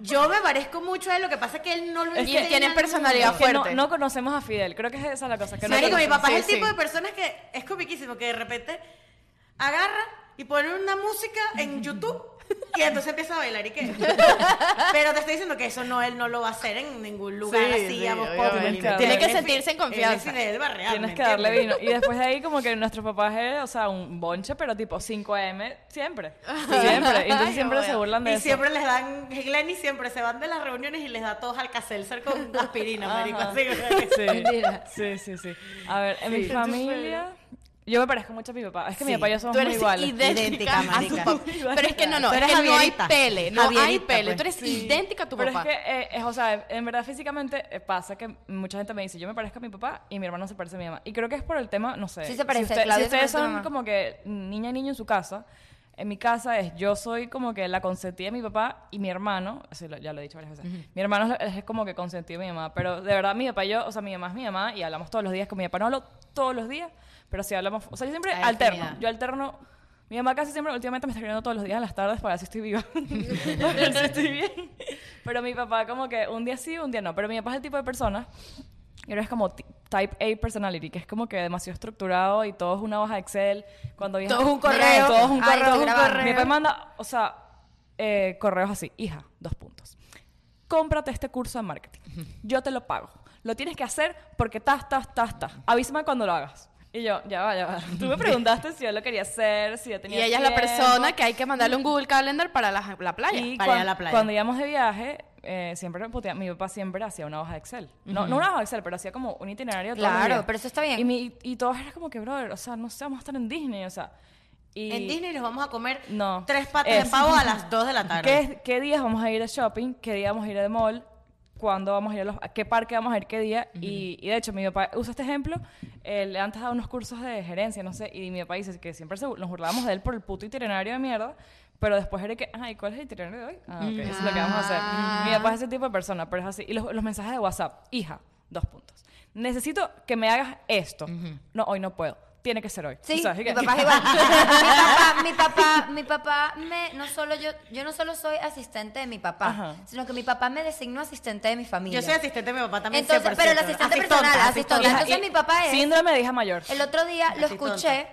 [SPEAKER 2] yo me parezco mucho a él, lo que pasa es que él no lo
[SPEAKER 4] Es que
[SPEAKER 2] enseña
[SPEAKER 4] tiene
[SPEAKER 2] al
[SPEAKER 4] personalidad
[SPEAKER 2] mundo.
[SPEAKER 5] Que no,
[SPEAKER 4] fuerte.
[SPEAKER 5] no conocemos a Fidel, creo que es esa la cosa. Que no
[SPEAKER 2] Marico, mi
[SPEAKER 5] conocemos.
[SPEAKER 2] papá es el
[SPEAKER 4] Sí, sí.
[SPEAKER 2] tipo de personas que es comiquísimo, que de repente agarra y pone una música en YouTube y entonces empieza a bailar y qué. Pero te estoy diciendo que eso no él no lo va a hacer en ningún lugar
[SPEAKER 4] Sí,
[SPEAKER 2] así
[SPEAKER 4] sí,
[SPEAKER 2] a vos
[SPEAKER 4] obviamente.
[SPEAKER 5] Tienes que-
[SPEAKER 2] Él
[SPEAKER 5] Tiene
[SPEAKER 4] que
[SPEAKER 2] es-
[SPEAKER 4] sentirse en
[SPEAKER 2] él es
[SPEAKER 4] confianza.
[SPEAKER 2] Fidel Barreal,
[SPEAKER 5] Tienes
[SPEAKER 2] ¿me
[SPEAKER 5] que darle vino.
[SPEAKER 2] entiendes?
[SPEAKER 5] Y después de ahí, como que nuestro papá es, o sea, un bonche, pero tipo 5M, siempre. Siempre. Y entonces
[SPEAKER 4] Ay,
[SPEAKER 5] siempre
[SPEAKER 4] no,
[SPEAKER 5] se
[SPEAKER 4] bueno.
[SPEAKER 5] burlan de
[SPEAKER 2] Y
[SPEAKER 5] eso.
[SPEAKER 2] siempre les dan, Glenny siempre se van de las reuniones y les da todos al Caselser con aspirina, marico, así. o sea que-
[SPEAKER 5] Sí. sí, sí, sí. A ver, en mi familia, yo me parezco mucho a mi papá. Es que mi
[SPEAKER 2] Sí.
[SPEAKER 5] papá y yo somos
[SPEAKER 4] Tú
[SPEAKER 5] muy
[SPEAKER 4] eres
[SPEAKER 5] iguales.
[SPEAKER 2] idéntica,
[SPEAKER 4] idéntica, a tu
[SPEAKER 2] marica.
[SPEAKER 4] papá. Pero es que no, no,
[SPEAKER 2] Tú
[SPEAKER 4] es
[SPEAKER 2] eres
[SPEAKER 4] que no hay
[SPEAKER 2] Javierita.
[SPEAKER 4] pele, no hay
[SPEAKER 2] Javierita,
[SPEAKER 4] pele.
[SPEAKER 2] pues.
[SPEAKER 4] Tú eres idéntica a tu
[SPEAKER 5] Pero
[SPEAKER 4] papá.
[SPEAKER 5] es que, eh, es- o sea, en verdad físicamente eh, pasa que mucha gente me dice, yo me parezco a mi papá y mi hermano se parece a mi mamá. Y creo que es por el tema, no sé.
[SPEAKER 3] Sí se parece,
[SPEAKER 5] Si, usted-
[SPEAKER 3] Claudia
[SPEAKER 5] si
[SPEAKER 3] se
[SPEAKER 5] ustedes
[SPEAKER 3] parece a tu
[SPEAKER 5] son
[SPEAKER 3] mamá.
[SPEAKER 5] como que niña y niño en su casa, en mi casa es, yo soy como que la consentida de mi papá y mi hermano, eso lo- ya lo he dicho varias veces, mi hermano es, es como que consentido de mi mamá. Pero de verdad, mi papá y yo, o sea, mi mamá es mi mamá y hablamos todos los días con mi papá. No hablo todos los días, pero sí hablamos. O sea, yo siempre
[SPEAKER 2] Hay
[SPEAKER 5] alterno.
[SPEAKER 2] afinidad.
[SPEAKER 5] Yo alterno. Mi mamá casi siempre últimamente me está escribiendo todos los días en las tardes para ver si estoy viva. para ver si estoy bien. Pero mi papá como que un día sí, un día no. Pero mi papá es el tipo de persona, yo creo que es como ti- type A personality, que es como que demasiado estructurado y todo es una hoja de Excel. Cuando viaja-
[SPEAKER 2] Todo es un correo.
[SPEAKER 5] Todo es un
[SPEAKER 3] Ay, estoy
[SPEAKER 5] correo. todo es un
[SPEAKER 3] grabando.
[SPEAKER 5] correo. Mi papá manda, o sea, eh, correos así, hija, dos puntos cómprate este curso de marketing. Yo te lo pago. Lo tienes que hacer porque tas, tas, tas, tas. Avísame cuando lo hagas. Y yo, ya va, ya va. Tú me preguntaste si yo lo quería hacer, si yo
[SPEAKER 4] y
[SPEAKER 5] tenía
[SPEAKER 4] ella es la
[SPEAKER 5] tiempo.
[SPEAKER 4] persona que hay que mandarle un Google Calendar para la, la playa.
[SPEAKER 5] Y
[SPEAKER 2] Para ir a
[SPEAKER 5] cuan-
[SPEAKER 2] la playa.
[SPEAKER 5] Cuando íbamos de viaje, eh, siempre me putea- mi papá siempre hacía una hoja de Excel. No, no una hoja de Excel, pero hacía como un itinerario. todos los
[SPEAKER 3] Claro,
[SPEAKER 5] días.
[SPEAKER 3] pero eso está bien.
[SPEAKER 5] Y, mi- y todos era como que, brother, o sea, no sé, vamos a estar en Disney, o sea. Y
[SPEAKER 2] En Disney nos vamos a comer
[SPEAKER 5] No.
[SPEAKER 2] tres patas de
[SPEAKER 5] Es-
[SPEAKER 2] pavo a las 2 de la tarde.
[SPEAKER 5] ¿Qué, qué días vamos a ir de shopping? ¿Qué día vamos a ir de mall? ¿Cuándo vamos a ir a, los, a qué parque vamos a ir qué día? y, y de hecho, mi papá usa este ejemplo. Él antes daba unos cursos de gerencia, no sé, y mi papá dice que siempre se- nos burlábamos de él por el puto itinerario de mierda, pero después era que, ay, ¿cuál es el itinerario de hoy? Ah, ok, eso es lo que vamos a hacer.
[SPEAKER 2] Mm.
[SPEAKER 5] Mi papá es ese tipo de persona, pero es así. Y los, los mensajes de WhatsApp, hija, dos puntos. Necesito que me hagas esto. No, hoy no puedo. Tiene que ser hoy.
[SPEAKER 3] Sí,
[SPEAKER 5] O sea, es
[SPEAKER 3] mi
[SPEAKER 5] que-
[SPEAKER 3] papá es igual. mi papá, mi papá, mi papá me, no solo yo, yo no solo soy asistente de mi papá,
[SPEAKER 5] Ajá.
[SPEAKER 3] sino que mi papá me designó asistente de mi familia.
[SPEAKER 2] Yo soy asistente de mi papá también.
[SPEAKER 3] Entonces,
[SPEAKER 2] 100%,
[SPEAKER 3] pero el asistente
[SPEAKER 2] asistonta, asistonta.
[SPEAKER 3] personal, asistonta.
[SPEAKER 5] Hija,
[SPEAKER 3] Entonces
[SPEAKER 5] y-
[SPEAKER 3] mi papá es-
[SPEAKER 5] Síndrome de hija mayor.
[SPEAKER 3] El otro día lo
[SPEAKER 2] Así tonta.
[SPEAKER 3] escuché,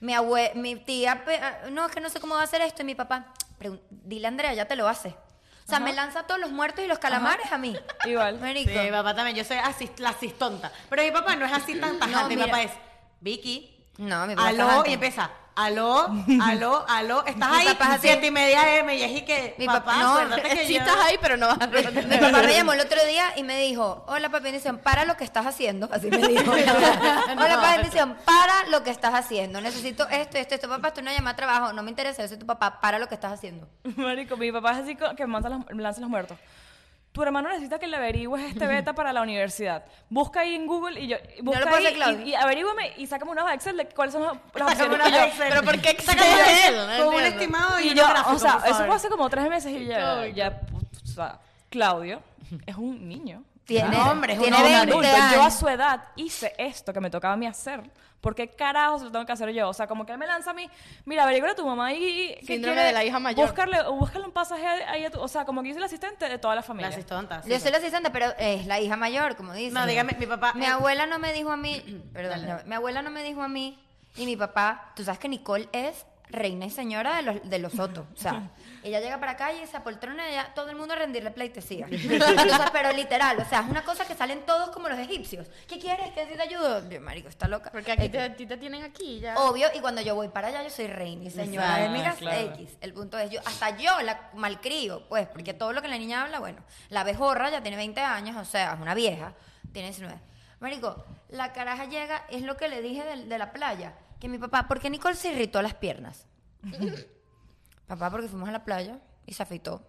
[SPEAKER 3] mi abue, mi tía, pe- ah, no, es que no sé cómo va a hacer esto, y mi papá, "Pregun- dile a Andrea, ya te lo hace. O sea, me lanza todos los muertos y los calamares a mí.
[SPEAKER 5] Igual.
[SPEAKER 3] Marico.
[SPEAKER 2] Sí, mi papá también, yo soy asist- la asistonta. Pero mi papá no es así tan tajante, mi
[SPEAKER 3] mira.
[SPEAKER 2] papá es Vicky,
[SPEAKER 3] No, mi papá es
[SPEAKER 2] aló,
[SPEAKER 3] tajante.
[SPEAKER 2] y empieza, aló, aló, aló, estás
[SPEAKER 3] Mi
[SPEAKER 2] ahí,
[SPEAKER 3] papá es así.
[SPEAKER 2] siete y media M, y es que,
[SPEAKER 3] Mi
[SPEAKER 2] papá,
[SPEAKER 3] papá- no,
[SPEAKER 2] acuérdate que
[SPEAKER 4] sí
[SPEAKER 2] yo-
[SPEAKER 4] estás ahí, pero no vas a
[SPEAKER 3] Mi papá me llamó el otro día y me dijo, hola papá bendición, para lo que estás haciendo. Así me dijo. hola papá bendición, para lo que estás haciendo. Necesito esto, esto, esto. Papá, esto es una llamada de trabajo. No me interesa, yo soy tu papá, para lo que estás haciendo.
[SPEAKER 5] Marico, mi papá es así co- que lanza los, lanza los muertos. Tu hermano necesita que le averigües este beta para la universidad. Busca ahí en Google y yo. Busca
[SPEAKER 3] lo puedo
[SPEAKER 5] ahí
[SPEAKER 3] hacer, Claudia.
[SPEAKER 5] y, y averígüame y sácame una hoja de Excel de cuáles son las, las
[SPEAKER 2] Sácame
[SPEAKER 5] opciones.
[SPEAKER 2] una
[SPEAKER 5] Y yo-
[SPEAKER 2] hoja de Excel.
[SPEAKER 4] Pero ¿por qué
[SPEAKER 2] Sácame una hoja
[SPEAKER 4] exige
[SPEAKER 2] de Excel
[SPEAKER 4] él? No
[SPEAKER 2] Con un
[SPEAKER 4] entiendo.
[SPEAKER 2] estimado y,
[SPEAKER 5] Y
[SPEAKER 2] un
[SPEAKER 5] yo,
[SPEAKER 2] gráfico,
[SPEAKER 5] o sea,
[SPEAKER 2] por
[SPEAKER 5] eso
[SPEAKER 2] favor.
[SPEAKER 5] fue hace como tres meses y ya, ya, o sea, Claudio es un niño.
[SPEAKER 3] Tiene,
[SPEAKER 2] No, hombre, es
[SPEAKER 3] tiene
[SPEAKER 2] una- un
[SPEAKER 3] 20
[SPEAKER 5] adulto.
[SPEAKER 3] años.
[SPEAKER 5] Yo a su edad hice esto que me tocaba a mí hacer ¿Por qué carajos lo tengo que hacer yo? O sea, como que él me lanza a mí, mira, averigua a tu mamá y... y ¿qué
[SPEAKER 4] Síndrome
[SPEAKER 5] quiere?
[SPEAKER 4] de la hija mayor.
[SPEAKER 5] Búscale, o búscale un pasaje ahí a tu... O sea, como que yo soy el asistente de toda la familia.
[SPEAKER 2] Las estontas.
[SPEAKER 3] Yo soy la asistente, pero es la hija mayor, como dicen.
[SPEAKER 2] No, dígame, mi papá-
[SPEAKER 3] Mi
[SPEAKER 2] eh.
[SPEAKER 3] abuela no me dijo a mí. perdón, no, mi abuela no me dijo a mí. Y mi papá, tú sabes que Nicole es reina y señora de los, de los Soto. O sea, ella llega para acá y se apoltrona y ya todo el mundo a rendirle pleitesía. Entonces, pero literal, o sea, es una cosa que salen todos como los egipcios. ¿Qué quieres? ¿Qué te ayudo? Yo, marico, está loca.
[SPEAKER 4] Porque aquí
[SPEAKER 3] Eh,
[SPEAKER 4] te, a ti te tienen aquí ya.
[SPEAKER 3] Obvio, y cuando yo voy para allá, yo soy reina y señora de
[SPEAKER 5] Exacto,
[SPEAKER 3] miras
[SPEAKER 5] claro.
[SPEAKER 3] X. El punto es, yo hasta yo la malcrio, pues, porque todo lo que la niña habla, bueno, la abejorra ya tiene 20 años, o sea, es una vieja, tiene 19. Marico, la caraja llega, es lo que le dije del- de, la playa, que mi papá, ¿por qué Nicole se irritó las piernas? papá, porque fuimos a la playa y se afeitó.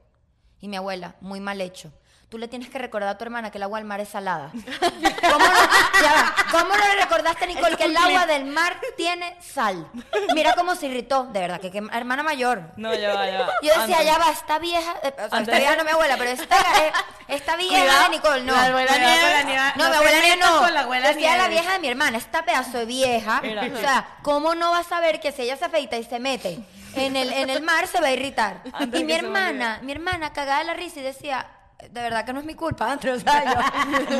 [SPEAKER 3] Y mi abuela, muy mal hecho. Tú le tienes que recordar a tu hermana que el agua del mar es salada. ¿Cómo no, ya va, ¿Cómo no le recordaste, Nicole, que el agua del mar tiene sal? Mira cómo se irritó, de verdad, que, que hermana mayor.
[SPEAKER 5] No, ya va, ya va.
[SPEAKER 3] Yo decía,
[SPEAKER 5] Antes.
[SPEAKER 3] ya va, esta vieja, eh, o sea, esta
[SPEAKER 5] Antes-
[SPEAKER 3] vieja no mi abuela, pero esta, eh, esta vieja
[SPEAKER 2] Cuidado,
[SPEAKER 3] de Nicole, no.
[SPEAKER 2] la abuela Nieves.
[SPEAKER 3] Nieves.
[SPEAKER 2] Con la nieve-
[SPEAKER 3] no,
[SPEAKER 2] no
[SPEAKER 3] mi
[SPEAKER 2] te
[SPEAKER 3] abuela Nieves
[SPEAKER 2] metas
[SPEAKER 3] no.
[SPEAKER 2] con la abuela
[SPEAKER 3] decía la
[SPEAKER 2] Nieves.
[SPEAKER 3] vieja de mi hermana, esta pedazo de vieja.
[SPEAKER 5] Mira.
[SPEAKER 3] O sea, ¿cómo no va a saber que si ella se afeita y se mete en el, en el mar se va a irritar?
[SPEAKER 5] Antes
[SPEAKER 3] y
[SPEAKER 5] que
[SPEAKER 3] mi
[SPEAKER 5] se me
[SPEAKER 3] hermana, mi hermana cagada de la risa y decía, de verdad que no es mi culpa, Andrés, o sea, yo,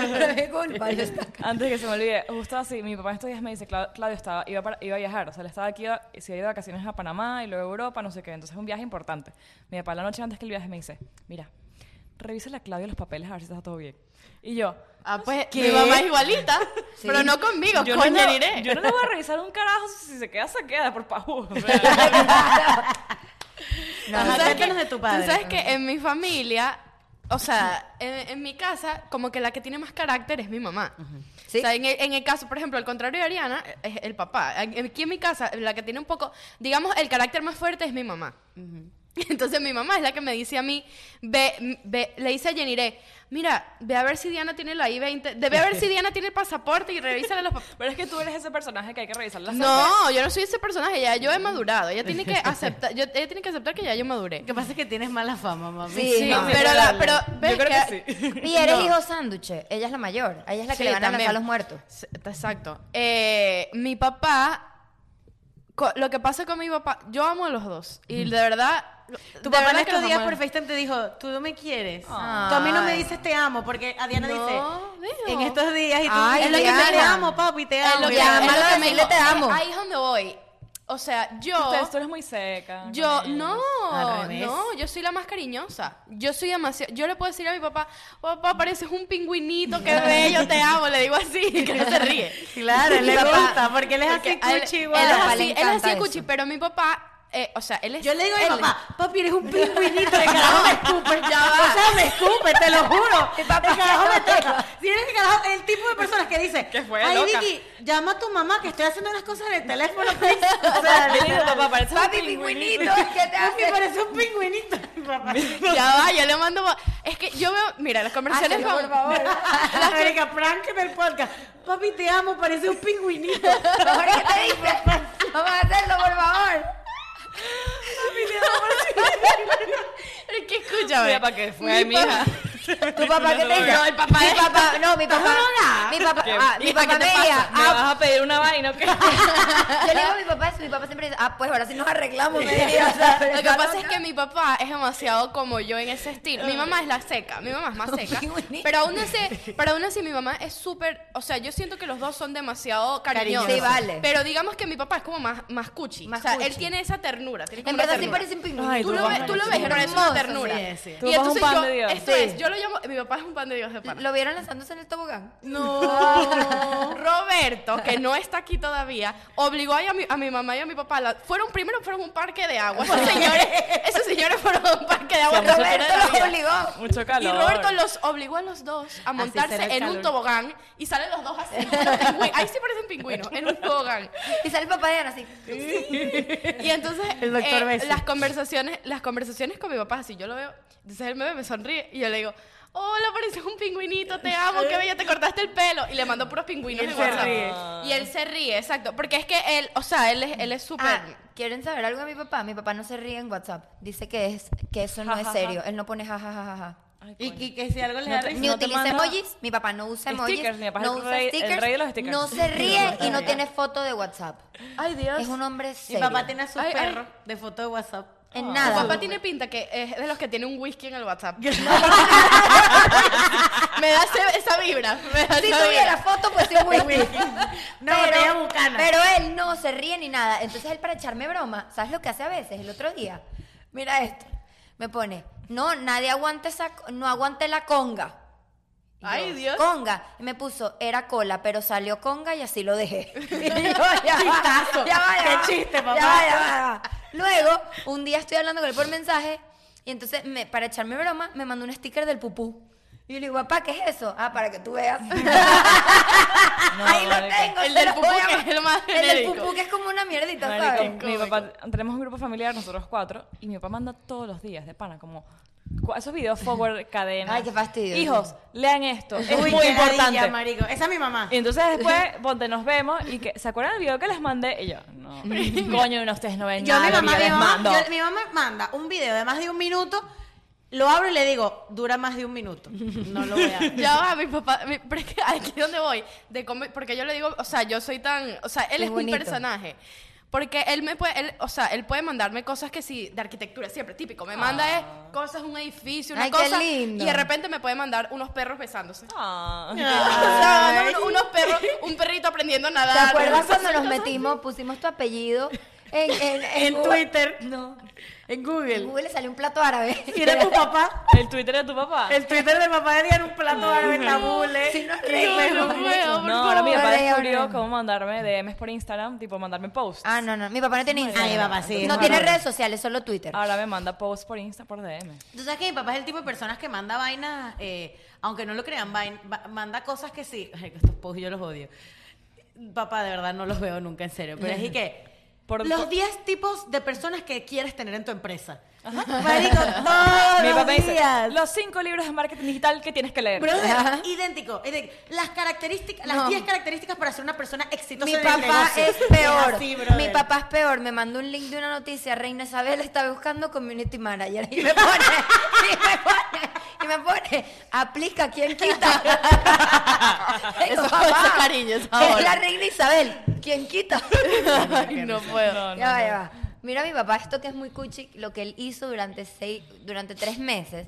[SPEAKER 3] no es mi culpa. yo estaba-
[SPEAKER 5] Antes que se me olvide, justo así, mi papá estos días me dice, "Cla- Claudio estaba, iba, para- iba a viajar, o sea, él estaba aquí, iba- se iba de vacaciones a Panamá y luego a Europa, no sé qué, entonces es un viaje importante. Mi papá la noche antes que el viaje me dice, mira, revísale a Claudio los papeles a ver si está todo bien. Y yo,
[SPEAKER 4] Ah, pues
[SPEAKER 3] ¿Qué?
[SPEAKER 4] mi mamá es igualita,
[SPEAKER 3] Sí.
[SPEAKER 4] pero no conmigo,
[SPEAKER 5] yo,
[SPEAKER 4] coño,
[SPEAKER 5] no, le-
[SPEAKER 4] diré.
[SPEAKER 5] yo no le voy a revisar un carajo, si se queda, se queda, por favor.
[SPEAKER 2] No,
[SPEAKER 4] ¿Tú sabes
[SPEAKER 2] cuéntanos de tu padre.
[SPEAKER 4] Tú sabes que en mi familia, o sea, en, en mi casa, como que la que tiene más carácter es mi mamá.
[SPEAKER 3] Sí.
[SPEAKER 4] O sea, en el, en el caso, por ejemplo, al contrario de Ariana, es el papá. Aquí en mi casa, la que tiene un poco, digamos, el carácter más fuerte es mi mamá. Entonces mi mamá es la que me dice a mí, ve, ve- le dice a Jeniré, mira, ve a ver si Diana tiene la I-20, debe ver si Diana tiene el pasaporte y revísale los papeles.
[SPEAKER 5] Pero es que tú eres ese personaje que hay que revisar las
[SPEAKER 4] No, yo no soy ese personaje, ya yo he madurado, ella tiene que aceptar, yo- ella tiene que aceptar que ya yo maduré.
[SPEAKER 2] Lo que pasa es que tienes mala fama, mami.
[SPEAKER 3] Sí,
[SPEAKER 4] Sí,
[SPEAKER 3] no.
[SPEAKER 4] pero, la, pero ves
[SPEAKER 5] Yo creo que, sí.
[SPEAKER 3] Y eres hijo sánduche, ella es la mayor, a ella es la que
[SPEAKER 4] Sí,
[SPEAKER 3] le van a lanzar
[SPEAKER 4] también.
[SPEAKER 3] a los muertos.
[SPEAKER 4] S- Exacto. Eh, mi papá, co- lo que pasa con mi papá, yo amo a los dos. Y de verdad.
[SPEAKER 2] Tu
[SPEAKER 4] de
[SPEAKER 2] papá en
[SPEAKER 4] verdad que
[SPEAKER 2] estos
[SPEAKER 4] los
[SPEAKER 2] días
[SPEAKER 4] amo.
[SPEAKER 2] por FaceTime te dijo, tú no me quieres. Tú a mí no me dices te amo, porque a Diana
[SPEAKER 4] No,
[SPEAKER 2] dice,
[SPEAKER 4] digo.
[SPEAKER 2] en estos días, y tú,
[SPEAKER 3] Ay,
[SPEAKER 2] es lo que
[SPEAKER 3] Diana.
[SPEAKER 2] me te amo, papi, te
[SPEAKER 4] Es
[SPEAKER 2] amo.
[SPEAKER 4] lo que,
[SPEAKER 2] Y
[SPEAKER 3] Llámalo,
[SPEAKER 4] es lo que me
[SPEAKER 3] decirle
[SPEAKER 4] dijo,
[SPEAKER 3] te amo.
[SPEAKER 4] eh, Ahí es donde voy. O sea, yo.
[SPEAKER 5] Ustedes, tú eres muy seca.
[SPEAKER 4] Yo,
[SPEAKER 5] con él.
[SPEAKER 4] no,
[SPEAKER 2] Al revés.
[SPEAKER 4] no, yo soy la más cariñosa. Yo soy demasiado. Yo le puedo decir a mi papá, papá, pareces un pingüinito, qué bello, te amo. Le digo así, que no se ríe.
[SPEAKER 2] Claro, él le
[SPEAKER 3] Papá,
[SPEAKER 2] gusta, porque él es
[SPEAKER 4] Porque
[SPEAKER 2] así
[SPEAKER 4] a él-
[SPEAKER 2] cuchi,
[SPEAKER 4] él,
[SPEAKER 2] guau.
[SPEAKER 4] es
[SPEAKER 3] papá le
[SPEAKER 4] así, él es
[SPEAKER 3] encanta
[SPEAKER 4] así cuchi,
[SPEAKER 3] eso.
[SPEAKER 4] pero mi papá, eh, o sea, él es.
[SPEAKER 2] Yo le digo a mi
[SPEAKER 4] él-
[SPEAKER 2] papá, papi, eres un pingüinito, de carajo me escupe. O sea, me escupe, te lo juro. El carajo me toca. Si eres el carajo, el tipo de personas que dice,
[SPEAKER 5] Que fue
[SPEAKER 2] ay,
[SPEAKER 5] loca".
[SPEAKER 2] Vicky, llama a tu mamá que estoy haciendo unas cosas en el teléfono, please. O sea,
[SPEAKER 5] Yo le digo, papá, pareces un
[SPEAKER 3] Papi,
[SPEAKER 5] pingüinito.
[SPEAKER 3] pingüinito, ¿qué te
[SPEAKER 2] papi,
[SPEAKER 3] hace?
[SPEAKER 2] parece un pingüinito, mi papá.
[SPEAKER 4] Ya va, yo le mando. bo- Es que yo veo. Mira, los comerciales.
[SPEAKER 3] Hazlo,
[SPEAKER 4] con-
[SPEAKER 3] por favor.
[SPEAKER 2] América Frank en el podcast. Papi, te amo, parece un pingüinito.
[SPEAKER 3] Ahora que te dice, vamos a hacerlo, por favor.
[SPEAKER 4] Es que escúchame.
[SPEAKER 5] Mira, pa' que fue,
[SPEAKER 4] Mi pa-
[SPEAKER 5] mija.
[SPEAKER 3] ¿Tu papá qué te dice?
[SPEAKER 4] No, el papá
[SPEAKER 3] Mi
[SPEAKER 4] es-
[SPEAKER 3] papá, no, mi papá.
[SPEAKER 4] Joda.
[SPEAKER 3] Mi papá,
[SPEAKER 5] ¿Qué?
[SPEAKER 3] ah, mi
[SPEAKER 5] Hija,
[SPEAKER 3] papá
[SPEAKER 5] ¿qué
[SPEAKER 3] me
[SPEAKER 5] te
[SPEAKER 3] decía,
[SPEAKER 5] pasa? ¿Me
[SPEAKER 3] ah,
[SPEAKER 5] vas a pedir una vaina o qué?
[SPEAKER 3] yo le digo a mi papá eso, mi papá siempre dice, ah, pues ahora sí nos arreglamos, me decía, o sea, pero
[SPEAKER 4] Lo que
[SPEAKER 3] está
[SPEAKER 4] pasa es
[SPEAKER 3] loca.
[SPEAKER 4] que mi papá es demasiado como yo en ese estilo. Mi mamá es la seca, mi mamá es más seca. Pero aún así, pero aún así mi mamá es súper, o sea, yo siento que los dos son demasiado cariñosos.
[SPEAKER 3] Sí, vale.
[SPEAKER 4] Pero digamos que mi papá es como más, más cuchi.
[SPEAKER 3] Más
[SPEAKER 4] o sea, él
[SPEAKER 3] cuchi.
[SPEAKER 4] tiene esa ternura. Tiene como
[SPEAKER 3] En
[SPEAKER 4] una
[SPEAKER 3] verdad sí
[SPEAKER 4] ternura.
[SPEAKER 3] parece un pingüino.
[SPEAKER 5] Ay, tu
[SPEAKER 4] Tú lo,
[SPEAKER 5] papá
[SPEAKER 4] ves,
[SPEAKER 5] es
[SPEAKER 4] tú lo
[SPEAKER 5] muy
[SPEAKER 4] ves,
[SPEAKER 5] chulo.
[SPEAKER 4] pero es una
[SPEAKER 3] Hermoso,
[SPEAKER 4] ternura.
[SPEAKER 2] sí, sí.
[SPEAKER 5] Tu papá
[SPEAKER 4] Y
[SPEAKER 5] es un
[SPEAKER 4] entonces
[SPEAKER 5] pan
[SPEAKER 4] yo,
[SPEAKER 5] de Dios.
[SPEAKER 4] esto
[SPEAKER 3] Sí.
[SPEAKER 4] es, yo lo llamo, mi papá es un pan de Dios de pana.
[SPEAKER 3] ¿Lo vieron lanzándose en este el tobogán?
[SPEAKER 2] Ah,
[SPEAKER 4] No. Roberto, que no está aquí todavía, obligó a mi, a mi mamá y a mi papá. la- fueron primero fueron a un parque de agua. Esos señores, esos señores fueron a un parque de agua.
[SPEAKER 5] Somos
[SPEAKER 4] los señores de
[SPEAKER 3] Roberto
[SPEAKER 4] la vida.
[SPEAKER 3] lo obligó.
[SPEAKER 5] Mucho
[SPEAKER 4] Y
[SPEAKER 5] calor.
[SPEAKER 4] Roberto los obligó a los dos a montarse
[SPEAKER 2] será el
[SPEAKER 4] en un
[SPEAKER 2] calor.
[SPEAKER 4] tobogán y salen los dos así. como unos pingüinos. Ahí sí parecen pingüinos, en un tobogán.
[SPEAKER 3] Y sale el papá de Ana así.
[SPEAKER 4] Y entonces
[SPEAKER 2] El doctor
[SPEAKER 4] eh,
[SPEAKER 2] Bessi.
[SPEAKER 4] las conversaciones, las conversaciones con mi papá, así yo lo veo, entonces él me ve, me sonríe y yo le digo, hola, pareces un pingüinito, te amo, qué bello, te cortaste el pelo. Y le mando puros
[SPEAKER 2] Y
[SPEAKER 4] pingüinos.
[SPEAKER 2] él
[SPEAKER 4] en
[SPEAKER 2] se
[SPEAKER 4] WhatsApp.
[SPEAKER 2] ríe.
[SPEAKER 4] Y él se ríe, exacto. Porque es que él, o sea, él es, él es súper...
[SPEAKER 3] Ah, ¿quieren saber algo de mi papá? Mi papá no se ríe en WhatsApp. Dice que es que eso no es serio. Él no pone jajajaja.
[SPEAKER 5] Ay,
[SPEAKER 2] Y
[SPEAKER 5] coño.
[SPEAKER 2] que, que si algo les da
[SPEAKER 5] te-
[SPEAKER 2] risa.
[SPEAKER 5] no
[SPEAKER 3] Ni utiliza
[SPEAKER 5] manda
[SPEAKER 3] emojis, mi papá no usa emojis,
[SPEAKER 5] stickers, mi papá es
[SPEAKER 3] no
[SPEAKER 5] el
[SPEAKER 3] usa
[SPEAKER 5] rey- el
[SPEAKER 3] stickers,
[SPEAKER 5] rey de los stickers.
[SPEAKER 3] no se ríe y no tiene foto de WhatsApp.
[SPEAKER 4] Ay, Dios.
[SPEAKER 3] Es un hombre
[SPEAKER 2] Mi
[SPEAKER 3] serio.
[SPEAKER 2] papá tiene a su
[SPEAKER 4] Ay, ay.
[SPEAKER 2] perro de foto de WhatsApp. Ah.
[SPEAKER 3] En
[SPEAKER 4] Tu
[SPEAKER 3] nada.
[SPEAKER 4] papá tiene pinta que es de los que tiene un whisky en el WhatsApp. me da ese- esa vibra. me da
[SPEAKER 3] Si
[SPEAKER 4] esa
[SPEAKER 3] tuviera
[SPEAKER 4] vibra.
[SPEAKER 3] foto, pues sí, un whisky.
[SPEAKER 2] Una botella bucana.
[SPEAKER 3] pero él no se ríe ni nada. Entonces él para echarme broma, ¿sabes lo que hace a veces? El otro día, mira esto, me pone, no, nadie aguante esa, no aguante la conga. Y
[SPEAKER 4] Ay,
[SPEAKER 3] yo,
[SPEAKER 4] Dios.
[SPEAKER 3] Conga. Y me puso, era cola, pero salió conga y así lo dejé. Y yo, ya va, ya va, ya
[SPEAKER 2] Qué
[SPEAKER 3] va,
[SPEAKER 2] chiste,
[SPEAKER 3] ya
[SPEAKER 2] papá.
[SPEAKER 3] va, ya va, ya va. Luego, un día estoy hablando con él por mensaje y entonces, me- para echarme broma, me mandó un sticker del pupú. Y yo le digo, papá, ¿qué es eso? Ah, para que tú veas.
[SPEAKER 5] No,
[SPEAKER 3] Ahí lo
[SPEAKER 5] marica.
[SPEAKER 3] tengo.
[SPEAKER 4] El
[SPEAKER 3] se
[SPEAKER 4] del
[SPEAKER 3] lo
[SPEAKER 4] pupú,
[SPEAKER 3] voy a
[SPEAKER 4] que es el más
[SPEAKER 3] El del
[SPEAKER 4] genérico.
[SPEAKER 3] pupú, que es como una mierdita,
[SPEAKER 5] Marico,
[SPEAKER 3] ¿sabes?
[SPEAKER 5] mi papá, tenemos un grupo familiar, nosotros cuatro, y mi papá manda todos los días de pana, como cu- esos videos forward, cadenas.
[SPEAKER 3] Ay, qué fastidio.
[SPEAKER 5] Hijos, lean esto, es
[SPEAKER 2] Uy,
[SPEAKER 5] muy
[SPEAKER 2] qué ladilla,
[SPEAKER 5] importante.
[SPEAKER 2] marico. Esa es mi mamá.
[SPEAKER 5] y entonces después, ponte, nos vemos y que, ¿se acuerdan del video que les mandé? Y yo, no, coño, no, ustedes no ven
[SPEAKER 2] Yo,
[SPEAKER 5] nada,
[SPEAKER 2] mi mamá,
[SPEAKER 5] lo que
[SPEAKER 2] mi
[SPEAKER 5] yo les
[SPEAKER 2] mamá,
[SPEAKER 5] mando.
[SPEAKER 2] yo- mi mamá manda un video de más de un minuto, lo abro y le digo, dura más de un minuto. No lo voy a ver.
[SPEAKER 4] Ya va, mi papá. mi- pero es que aquí donde voy. De cómo- porque yo le digo, o sea, yo soy tan. O sea, él
[SPEAKER 3] Qué
[SPEAKER 4] es
[SPEAKER 3] bonito.
[SPEAKER 4] un personaje. Porque él me puede, él, o sea, él puede mandarme cosas que sí, de arquitectura, siempre, típico. Me manda es cosas, un edificio, una
[SPEAKER 3] Ah. Ay, qué
[SPEAKER 4] cosa.
[SPEAKER 3] lindo.
[SPEAKER 4] Y de repente me puede mandar unos perros besándose.
[SPEAKER 5] Ah.
[SPEAKER 4] O sea, me manda uno- unos perros, un perrito aprendiendo a
[SPEAKER 3] ¿Te
[SPEAKER 4] nadar.
[SPEAKER 3] acuerdas
[SPEAKER 4] Entonces,
[SPEAKER 3] cuando nos metimos, pusimos tu apellido en, en,
[SPEAKER 2] En
[SPEAKER 3] Google?
[SPEAKER 2] Twitter.
[SPEAKER 3] No.
[SPEAKER 2] En
[SPEAKER 3] En
[SPEAKER 2] Google.
[SPEAKER 3] Google salió un plato árabe.
[SPEAKER 2] Y era tu papá.
[SPEAKER 5] El Twitter de tu papá.
[SPEAKER 2] El Twitter del papá de era un plato árabe tabule.
[SPEAKER 3] Sí, nos reímos,
[SPEAKER 4] No, no
[SPEAKER 3] marico.
[SPEAKER 4] puedo, por
[SPEAKER 5] no, ahora mi
[SPEAKER 3] favor.
[SPEAKER 5] papá
[SPEAKER 3] Vale,
[SPEAKER 5] descubrió
[SPEAKER 3] ahora.
[SPEAKER 5] cómo mandarme DMs por Instagram, tipo mandarme posts.
[SPEAKER 3] Ah, no, no. Mi papá no tiene Instagram.
[SPEAKER 2] mi papá sí,
[SPEAKER 3] No
[SPEAKER 2] es
[SPEAKER 3] tiene
[SPEAKER 2] horrible.
[SPEAKER 3] redes sociales, solo Twitter.
[SPEAKER 5] Ahora me manda posts por Insta, por DM.
[SPEAKER 2] Tú sabes que mi papá es el tipo de personas que manda vainas, eh, aunque no lo crean, vain- va- manda cosas que sí. Ay, que estos posts yo los odio. Papá, de verdad no los veo nunca en serio. Pero es y que.
[SPEAKER 5] Por-
[SPEAKER 2] los
[SPEAKER 5] por-
[SPEAKER 2] 10 tipos de personas que quieres tener en tu empresa. Marico, todos
[SPEAKER 5] mi papá
[SPEAKER 2] los
[SPEAKER 5] dice,
[SPEAKER 2] días.
[SPEAKER 5] los cinco libros de marketing digital que tienes que leer.
[SPEAKER 2] Brother,
[SPEAKER 3] Ajá.
[SPEAKER 2] idéntico, idéntico. Las características,
[SPEAKER 3] No.
[SPEAKER 2] las 10 características para ser una persona exitosa.
[SPEAKER 3] Mi
[SPEAKER 2] en el
[SPEAKER 3] papá
[SPEAKER 2] negocio.
[SPEAKER 3] es peor.
[SPEAKER 2] así, brother.
[SPEAKER 3] Mi papá es peor. Me mandó un link de una noticia. Reina Isabel está buscando community manager. Y me pone, y me pone, y me pone, aplica quien quita. Digo,
[SPEAKER 4] Eso-
[SPEAKER 3] "Papá,
[SPEAKER 4] eso cariño, eso
[SPEAKER 3] Es
[SPEAKER 4] ahora".
[SPEAKER 3] la reina Isabel. ¿Quién quita?
[SPEAKER 4] Ay, no puedo.
[SPEAKER 5] No, no,
[SPEAKER 3] ya va,
[SPEAKER 5] no.
[SPEAKER 3] ya va. Mira, mi papá, esto que es muy cuchi, lo que él hizo durante, seis, durante tres meses.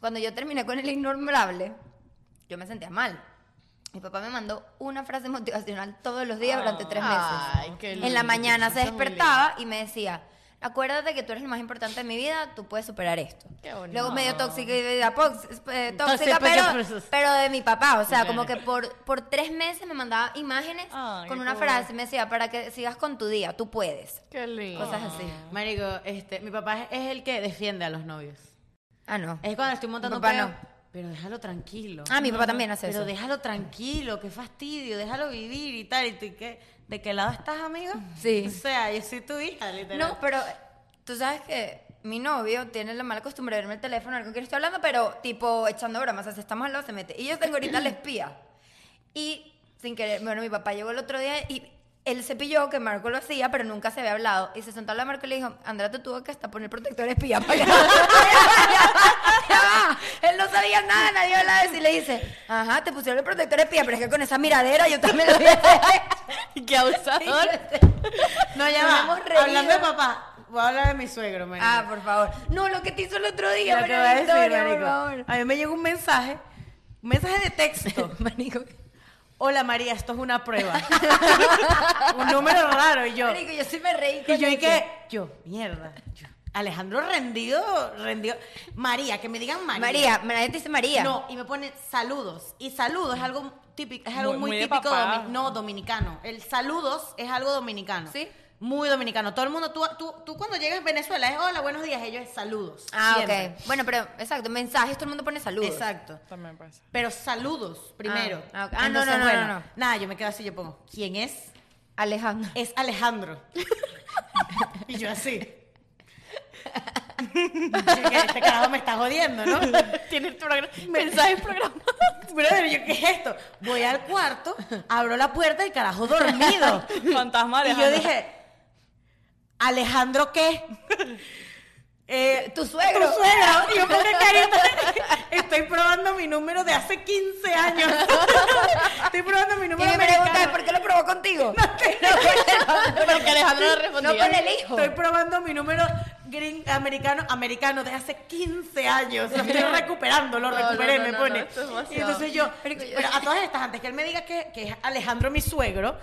[SPEAKER 3] Cuando yo terminé con el innombrable, yo me sentía mal. Mi papá me mandó una frase motivacional todos los días durante tres meses.
[SPEAKER 4] Ay, qué
[SPEAKER 3] en la
[SPEAKER 4] lindo.
[SPEAKER 3] mañana se
[SPEAKER 4] Eso es muy
[SPEAKER 3] despertaba y me decía, acuérdate que tú eres lo más importante de mi vida, tú puedes superar esto.
[SPEAKER 4] Qué bonito.
[SPEAKER 3] Luego medio tóxica y medio apox- eh, tóxica,
[SPEAKER 2] Tóxica,
[SPEAKER 3] pero,
[SPEAKER 2] pero-
[SPEAKER 3] pero de mi papá. O sea, como que por, por tres meses me mandaba imágenes
[SPEAKER 5] Ay,
[SPEAKER 3] con
[SPEAKER 5] qué
[SPEAKER 3] una
[SPEAKER 5] cool.
[SPEAKER 3] frase. Me decía, para que sigas con tu día, tú puedes.
[SPEAKER 4] Qué lindo.
[SPEAKER 3] Cosas así.
[SPEAKER 2] Marico, este, mi papá es el que defiende a los novios.
[SPEAKER 3] Ah, no.
[SPEAKER 2] Es cuando estoy montando
[SPEAKER 3] Mi papá
[SPEAKER 2] peo,
[SPEAKER 3] no.
[SPEAKER 2] Pero déjalo tranquilo.
[SPEAKER 3] Ah, mi papá también hace
[SPEAKER 2] Pero
[SPEAKER 3] eso.
[SPEAKER 2] déjalo tranquilo, qué fastidio, déjalo vivir y tal. ¿Y tú, ¿y qué? ¿De qué lado estás, amigo?
[SPEAKER 3] Sí.
[SPEAKER 2] O sea, yo soy tu hija, literal.
[SPEAKER 3] No, pero tú sabes que mi novio tiene la mala costumbre de verme el teléfono, a ver con quién estoy hablando, pero tipo echando bromas, o sea, si estamos al lado se mete. Y yo tengo ahorita la espía. Y sin querer, bueno, mi papá llegó el otro día y él se pilló que Marco lo hacía, pero nunca se había hablado. Y se sentó a la Marco y le dijo, Andrea, tú tuvo que hasta poner protector espía. para que- Ya va, ya va. Él no sabía nada, nadie hablaba de eso. Y le dice, ajá, te pusieron el protector espía, pero es que con esa miradera yo también lo había
[SPEAKER 4] Qué abusador.
[SPEAKER 2] No, ya
[SPEAKER 3] Nos
[SPEAKER 2] va.
[SPEAKER 3] hemos reído.
[SPEAKER 2] Hablando de papá, voy a hablar de mi suegro, marico.
[SPEAKER 3] Ah, por favor. No, lo que te hizo el otro día,
[SPEAKER 2] Lo que
[SPEAKER 3] María
[SPEAKER 2] voy a decir,
[SPEAKER 3] Victoria,
[SPEAKER 2] marico.
[SPEAKER 3] por favor.
[SPEAKER 2] A mí me llegó un mensaje, un mensaje de texto.
[SPEAKER 3] Marico.
[SPEAKER 2] Hola María, esto es una prueba. un número raro y yo.
[SPEAKER 3] Marico, yo sí me reí.
[SPEAKER 2] Y
[SPEAKER 3] con
[SPEAKER 2] yo y
[SPEAKER 3] eso.
[SPEAKER 2] que yo, mierda. yo, Alejandro rendido, rendido. María, que me digan María.
[SPEAKER 3] María, nadie te dice María.
[SPEAKER 2] No, y me pone saludos. Y saludos es algo típico, es algo
[SPEAKER 5] Muy-
[SPEAKER 2] muy,
[SPEAKER 5] muy de
[SPEAKER 2] típico
[SPEAKER 5] papá.
[SPEAKER 2] domi- no dominicano. El saludos es algo dominicano.
[SPEAKER 3] ¿Sí?
[SPEAKER 2] Muy dominicano. Todo el mundo, tú, tú, tú cuando llegas a Venezuela es hola, buenos días, ellos es saludos.
[SPEAKER 3] Ah,
[SPEAKER 2] siempre.
[SPEAKER 3] ok. Bueno, pero exacto, mensajes, todo el mundo pone saludos.
[SPEAKER 2] Exacto.
[SPEAKER 5] También pasa.
[SPEAKER 2] Pero saludos primero.
[SPEAKER 3] Ah, ah, ok. Ah, no,
[SPEAKER 2] Entonces,
[SPEAKER 3] no, no,
[SPEAKER 2] bueno,
[SPEAKER 3] no, no.
[SPEAKER 2] Nada, yo me quedo así, yo pongo, ¿quién es?
[SPEAKER 3] Alejandro.
[SPEAKER 2] Es Alejandro. y yo así. Yo dije, este carajo me está jodiendo, ¿no?
[SPEAKER 4] Tienes progra- mensajes programados.
[SPEAKER 2] Brother, yo, ¿qué es esto? Voy al cuarto, abro la puerta y el carajo dormido.
[SPEAKER 5] Fantasma
[SPEAKER 2] y yo
[SPEAKER 5] Alejandro.
[SPEAKER 2] dije, ¿Alejandro qué? Eh,
[SPEAKER 3] Tu suegro.
[SPEAKER 2] Tu suegro. Y yo pongo carita. de- Estoy probando mi número de hace 15 años. Estoy probando mi
[SPEAKER 3] Y
[SPEAKER 2] número
[SPEAKER 3] me preguntas, ¿por qué lo probó contigo?
[SPEAKER 4] Porque Alejandro
[SPEAKER 3] No
[SPEAKER 4] le respondía.
[SPEAKER 3] con el hijo.
[SPEAKER 2] Estoy probando mi número gring- americano, americano de hace 15 años. Lo estoy recuperando, lo
[SPEAKER 4] No,
[SPEAKER 2] recuperé,
[SPEAKER 4] no, no,
[SPEAKER 2] me
[SPEAKER 4] no,
[SPEAKER 2] pone.
[SPEAKER 4] no, esto es demasiado.
[SPEAKER 2] y entonces yo,
[SPEAKER 3] Marico, yo-
[SPEAKER 2] pero a todas estas, antes que él me diga que, que es Alejandro mi suegro,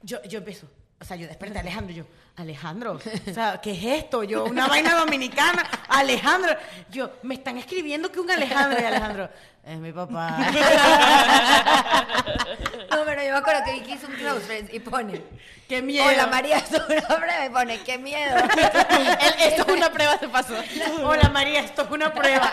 [SPEAKER 2] yo, yo empiezo. O sea, yo desperté a Alejandro y yo, Alejandro, o sea, ¿qué es esto? Yo, una vaina dominicana, Alejandro. Yo, me están escribiendo que un Alejandro y Alejandro, es mi papá.
[SPEAKER 3] No, pero yo me acuerdo que Vicky hizo un close friends y pone.
[SPEAKER 2] ¡Qué miedo!
[SPEAKER 3] Hola María, es tu nombre. Y pone, qué miedo.
[SPEAKER 4] Él- Esto es una prueba de paso.
[SPEAKER 2] Hola María, esto es una prueba.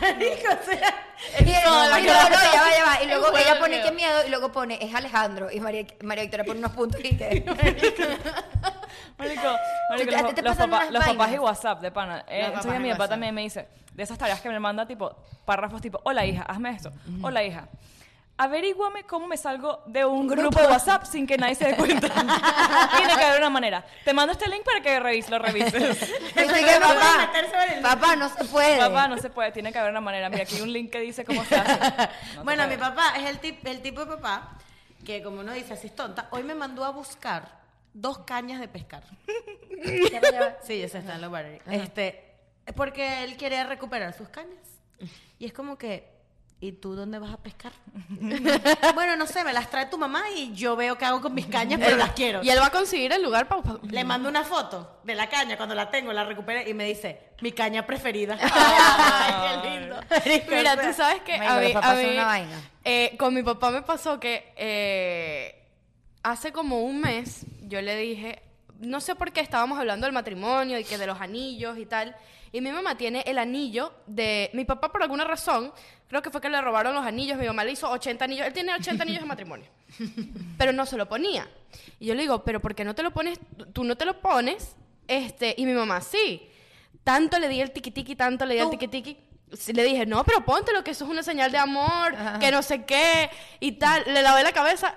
[SPEAKER 2] Marico, o sea,
[SPEAKER 3] Y, él,
[SPEAKER 4] No,
[SPEAKER 3] y
[SPEAKER 4] la
[SPEAKER 3] luego,
[SPEAKER 4] verdad.
[SPEAKER 3] no, ya va, ya va. Y
[SPEAKER 4] El
[SPEAKER 3] luego
[SPEAKER 4] juego
[SPEAKER 3] ella
[SPEAKER 4] del
[SPEAKER 3] pone,
[SPEAKER 4] miedo.
[SPEAKER 3] qué miedo. Y luego pone, es Alejandro. Y María, María Victoria pone unos puntos y que.
[SPEAKER 5] Marico, marico,
[SPEAKER 3] Tú- a
[SPEAKER 5] los,
[SPEAKER 3] ti te
[SPEAKER 5] los
[SPEAKER 3] pasan
[SPEAKER 5] papá-
[SPEAKER 3] unas
[SPEAKER 5] los papás
[SPEAKER 3] vainas.
[SPEAKER 5] y WhatsApp de pana. Eh,
[SPEAKER 2] Los papás
[SPEAKER 5] entonces
[SPEAKER 2] y
[SPEAKER 5] mi papá
[SPEAKER 2] WhatsApp.
[SPEAKER 5] también me dice, de esas tareas que me manda, tipo, párrafos tipo, hola hija, hazme esto, hola hija. Averíguame cómo me salgo de un, grupo. de WhatsApp sin que nadie se dé cuenta. Tiene que haber una manera. Te mando este link para que revises, lo revises.
[SPEAKER 3] Y yo,
[SPEAKER 2] Eso
[SPEAKER 3] que,
[SPEAKER 2] no puede
[SPEAKER 3] papá,
[SPEAKER 2] meterse en el-
[SPEAKER 3] papá, no se puede.
[SPEAKER 5] Papá, no se puede, tiene que haber una manera. Mira, aquí hay un link que dice cómo se hace. No se
[SPEAKER 2] bueno, mi
[SPEAKER 5] puede.
[SPEAKER 2] papá es el, tip- el tipo de papá que, como uno dice, así es tonta. Hoy me mandó a buscar dos cañas de pescar.
[SPEAKER 3] Ya va, ya va.
[SPEAKER 2] Sí, ya está en la barbería. Este, porque él quería recuperar sus cañas. Y es como que, ¿y tú dónde vas a pescar? bueno, no sé, me las trae tu mamá y yo veo qué hago con mis cañas, pero las quiero.
[SPEAKER 4] Y él va a conseguir el lugar para.
[SPEAKER 2] Le mando una foto de la caña cuando la tengo, la recuperé y me dice, mi caña preferida.
[SPEAKER 5] Ay,
[SPEAKER 2] qué lindo.
[SPEAKER 4] Mira, tú sabes que
[SPEAKER 3] Marico,
[SPEAKER 4] a
[SPEAKER 3] los
[SPEAKER 4] mí,
[SPEAKER 3] papás
[SPEAKER 4] a
[SPEAKER 3] son
[SPEAKER 4] mí-
[SPEAKER 3] una vaina.
[SPEAKER 4] eh, con mi papá me pasó que eh, hace como un mes yo le dije, no sé por qué estábamos hablando del matrimonio y que de los anillos y tal, y mi mamá tiene el anillo de mi papá por alguna razón, creo que fue que le robaron los anillos, mi mamá le hizo 80 anillos, él tiene 80 anillos de matrimonio pero no se lo ponía. Y yo le digo, pero ¿por qué no te lo pones? Tú no te lo pones. Este, y mi mamá, sí. Tanto le di el tiki tiki, tanto le di el
[SPEAKER 3] Tú.
[SPEAKER 4] tiki tiki. Le dije, no, pero póntelo, que eso es una señal de amor,
[SPEAKER 3] Ajá.
[SPEAKER 4] que no sé qué, y tal. Le lavé la cabeza,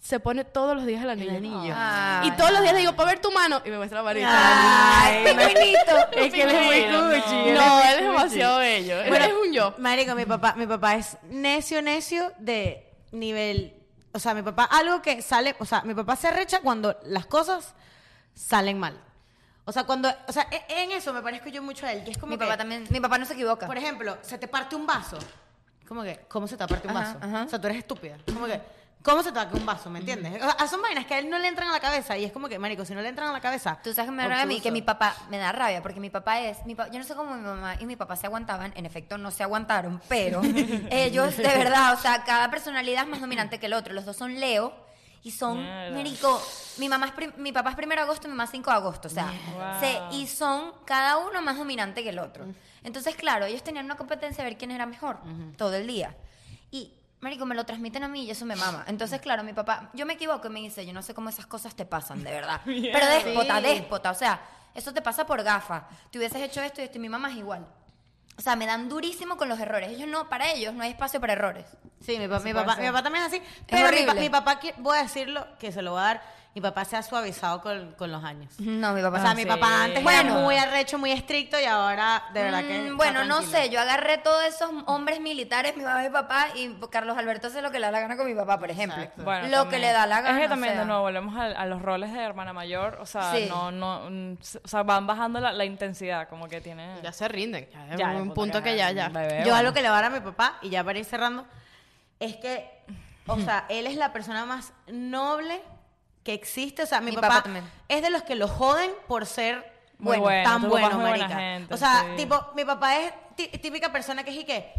[SPEAKER 4] se pone todos los días el anillo.
[SPEAKER 3] Ay.
[SPEAKER 4] Y todos los días le digo, para ver tu mano, y me muestra la manita.
[SPEAKER 3] Ay, qué bonito.
[SPEAKER 4] Es que él es muy cuchi.
[SPEAKER 5] no.
[SPEAKER 4] No, él es demasiado bello. Él
[SPEAKER 2] Bueno,
[SPEAKER 4] es un yo.
[SPEAKER 2] Marico, mi papá, mi papá es necio, necio de nivel. O sea, mi papá, algo que sale. O sea, mi papá se arrecha cuando las cosas salen mal. O sea, cuando. O sea, e- en eso me parezco yo mucho a él. Que es como
[SPEAKER 3] Mi
[SPEAKER 2] que,
[SPEAKER 3] papá también, mi papá no se equivoca.
[SPEAKER 2] Por ejemplo, se te parte un vaso. Como que, ¿cómo se te parte un
[SPEAKER 3] Ajá,
[SPEAKER 2] vaso?
[SPEAKER 3] ajá.
[SPEAKER 2] O sea, tú eres estúpida. Como que, ¿cómo se te parte un vaso? ¿Me entiendes? O sea, son vainas que a él no le entran a la cabeza. Y es como que, marico, si no le entran a la cabeza.
[SPEAKER 3] Tú sabes que me da rabia a mí, que
[SPEAKER 2] obtuso.
[SPEAKER 3] mi papá me da rabia, porque mi papá es, mi pa- yo no sé cómo mi mamá y mi papá se aguantaban, en efecto no se aguantaron, pero ellos de verdad, o sea, cada personalidad es más dominante que el otro, los dos son Leo y son,
[SPEAKER 5] Mierda.
[SPEAKER 3] marico, mi, mamá es prim- mi papá es primero de agosto y mi mamá es 5 de agosto, o sea,
[SPEAKER 5] Wow.
[SPEAKER 3] se- y son cada uno más dominante que el otro. Entonces, claro, ellos tenían una competencia de ver quién era mejor todo el día. Y Marico, me lo transmiten a mí y eso me mama. Entonces, claro, mi papá, yo me equivoco y me dice, yo no sé cómo esas cosas te pasan, de verdad. Pero déspota, déspota. O sea, eso te pasa por gafa. Te hubieses hecho esto y esto y mi mamá es igual. O sea, me dan durísimo con los errores. Ellos no, para ellos no hay espacio para errores.
[SPEAKER 2] Sí, mi, pa- mi
[SPEAKER 3] puede
[SPEAKER 2] papá,
[SPEAKER 3] ser.
[SPEAKER 2] mi papá también es así. Pero mi, pa-
[SPEAKER 3] horrible.
[SPEAKER 2] mi papá, que- voy a decirlo, que se lo voy a dar, mi papá se ha suavizado con, con los años.
[SPEAKER 3] No, mi papá
[SPEAKER 2] O sea,
[SPEAKER 3] no.
[SPEAKER 2] mi
[SPEAKER 5] sí.
[SPEAKER 2] papá antes
[SPEAKER 3] Ah, Bueno.
[SPEAKER 2] era muy arrecho, muy estricto y ahora de verdad que...
[SPEAKER 3] Mm,
[SPEAKER 2] está
[SPEAKER 3] bueno, no
[SPEAKER 2] tranquilo.
[SPEAKER 3] sé, yo agarré todos esos hombres militares, mi mamá y mi papá, y Carlos Alberto hace lo que le da la gana con mi papá, por ejemplo.
[SPEAKER 5] Bueno,
[SPEAKER 3] lo que
[SPEAKER 5] también.
[SPEAKER 3] le da la gana.
[SPEAKER 5] Es que
[SPEAKER 3] o
[SPEAKER 5] también,
[SPEAKER 3] sea.
[SPEAKER 5] de nuevo, volvemos a, a los roles de hermana mayor. O sea,
[SPEAKER 3] Sí.
[SPEAKER 5] no, no, mm, s- o sea, van bajando la, la intensidad, como que tiene...
[SPEAKER 4] Ya se rinden. Ya, es
[SPEAKER 5] Ya,
[SPEAKER 4] un
[SPEAKER 5] puta,
[SPEAKER 4] punto que ya, ya.
[SPEAKER 5] bebé,
[SPEAKER 2] Yo
[SPEAKER 5] bueno.
[SPEAKER 2] algo que le voy a dar a mi papá, y ya para ir cerrando, es que, o sea, él es la persona más noble que existe. O sea, mi,
[SPEAKER 3] Mi papá
[SPEAKER 2] papá,
[SPEAKER 3] también.
[SPEAKER 2] es de los que lo joden por ser
[SPEAKER 5] Muy
[SPEAKER 2] bueno,
[SPEAKER 5] bueno,
[SPEAKER 2] tan
[SPEAKER 5] tu papá
[SPEAKER 2] bueno,
[SPEAKER 5] es muy buena
[SPEAKER 2] marica.
[SPEAKER 5] gente,
[SPEAKER 2] o sea,
[SPEAKER 5] sí.
[SPEAKER 2] tipo, mi papá es tí- típica persona que es y que,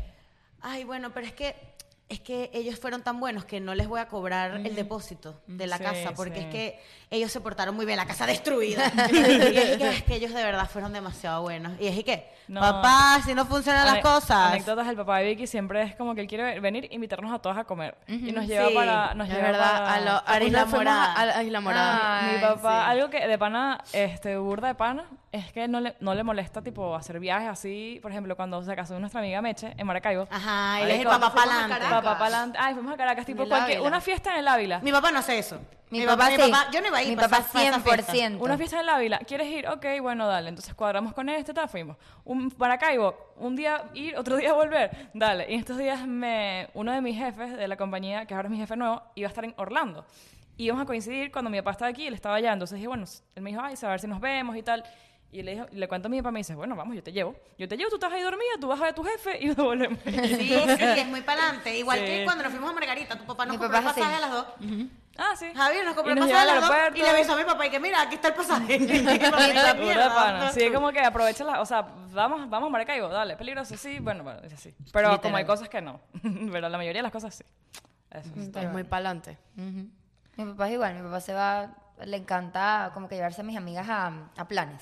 [SPEAKER 2] ay, bueno, pero es que... Es que ellos fueron tan buenos que no les voy a cobrar el depósito de la
[SPEAKER 5] Sí,
[SPEAKER 2] casa porque
[SPEAKER 5] sí.
[SPEAKER 2] es que ellos se portaron muy bien, la casa destruida. y es, y que, es que ellos de verdad fueron demasiado buenos. Y es y que,
[SPEAKER 5] No.
[SPEAKER 2] papá, si no funcionan las
[SPEAKER 5] Ane-
[SPEAKER 2] cosas.
[SPEAKER 5] Anécdotas del papá de Vicky siempre es como que él quiere venir e invitarnos a todos a comer. Y nos lleva
[SPEAKER 2] Sí,
[SPEAKER 5] para. Nos
[SPEAKER 4] Es
[SPEAKER 5] lleva
[SPEAKER 4] verdad,
[SPEAKER 5] para-
[SPEAKER 4] a, lo- a
[SPEAKER 2] Isla
[SPEAKER 4] Isla Morada.
[SPEAKER 2] Morada.
[SPEAKER 4] A la Isla Morada.
[SPEAKER 3] Ah,
[SPEAKER 5] Mi
[SPEAKER 3] Ay,
[SPEAKER 5] papá,
[SPEAKER 3] sí.
[SPEAKER 5] algo que de pana, este, burda de pana, es que no le, no le molesta, tipo, hacer viajes así. Por ejemplo, cuando se casó nuestra amiga Meche en Maracaibo.
[SPEAKER 2] Ajá, él es el
[SPEAKER 5] Marico,
[SPEAKER 2] papá
[SPEAKER 4] fuimos a
[SPEAKER 2] pa'lante.
[SPEAKER 4] Caracas.
[SPEAKER 5] Papá pa'lante. Ay, fuimos a Caracas, tipo,
[SPEAKER 2] el
[SPEAKER 5] cualquier,
[SPEAKER 2] Ávila.
[SPEAKER 5] una fiesta en el Ávila.
[SPEAKER 2] Mi papá no hace eso.
[SPEAKER 3] Mi, papá,
[SPEAKER 2] mi
[SPEAKER 3] sí.
[SPEAKER 2] papá- yo no iba a ir
[SPEAKER 3] Mi
[SPEAKER 2] pa'
[SPEAKER 3] papá
[SPEAKER 2] esa- pa' esa fiesta.
[SPEAKER 3] 100%.
[SPEAKER 5] Una fiesta en el Ávila, ¿quieres ir? Ok, bueno, dale. Entonces cuadramos con este, tal, fuimos. Un Maracaibo, un día ir, otro día volver. Dale. Y en estos días me, uno de mis jefes de la compañía, que ahora es mi jefe nuevo, iba a estar en Orlando. Y íbamos a coincidir cuando mi papá estaba aquí, él estaba allá. Entonces dije, bueno, s- él me dijo, ay, a ver si nos vemos y tal. Y le, dijo- le cuento a mi papá, me dice, bueno, vamos, yo te llevo. Yo te llevo, tú estás ahí dormida, tú vas a ver a tu jefe y nos volvemos.
[SPEAKER 2] Sí, sí, es muy pa'lante. Igual
[SPEAKER 5] Sí.
[SPEAKER 2] que cuando nos fuimos a Margarita, tu papá nos
[SPEAKER 3] Mi
[SPEAKER 2] compró
[SPEAKER 3] papá
[SPEAKER 2] el
[SPEAKER 3] es así.
[SPEAKER 2] pasaje a las dos.
[SPEAKER 5] Ah, sí.
[SPEAKER 2] Javier nos compró
[SPEAKER 5] Y
[SPEAKER 2] el
[SPEAKER 5] nos
[SPEAKER 2] pasaje a
[SPEAKER 5] lleva al
[SPEAKER 2] las dos y le
[SPEAKER 5] aeropuerto.
[SPEAKER 2] avisó a mi papá y que mira, aquí está el pasaje.
[SPEAKER 5] Pura pana. Sí, como que aprovecha las. O sea, vamos, vamos a Maracaibo, dale, peligroso, sí, bueno, bueno, es así. Pero
[SPEAKER 3] Literal.
[SPEAKER 5] como hay cosas que no. Pero la mayoría de las cosas sí. Eso es.
[SPEAKER 4] Es muy pa'lante.
[SPEAKER 3] Ujú. Mi papá es igual, mi papá se va, le encanta como que llevarse a mis amigas a, a planes.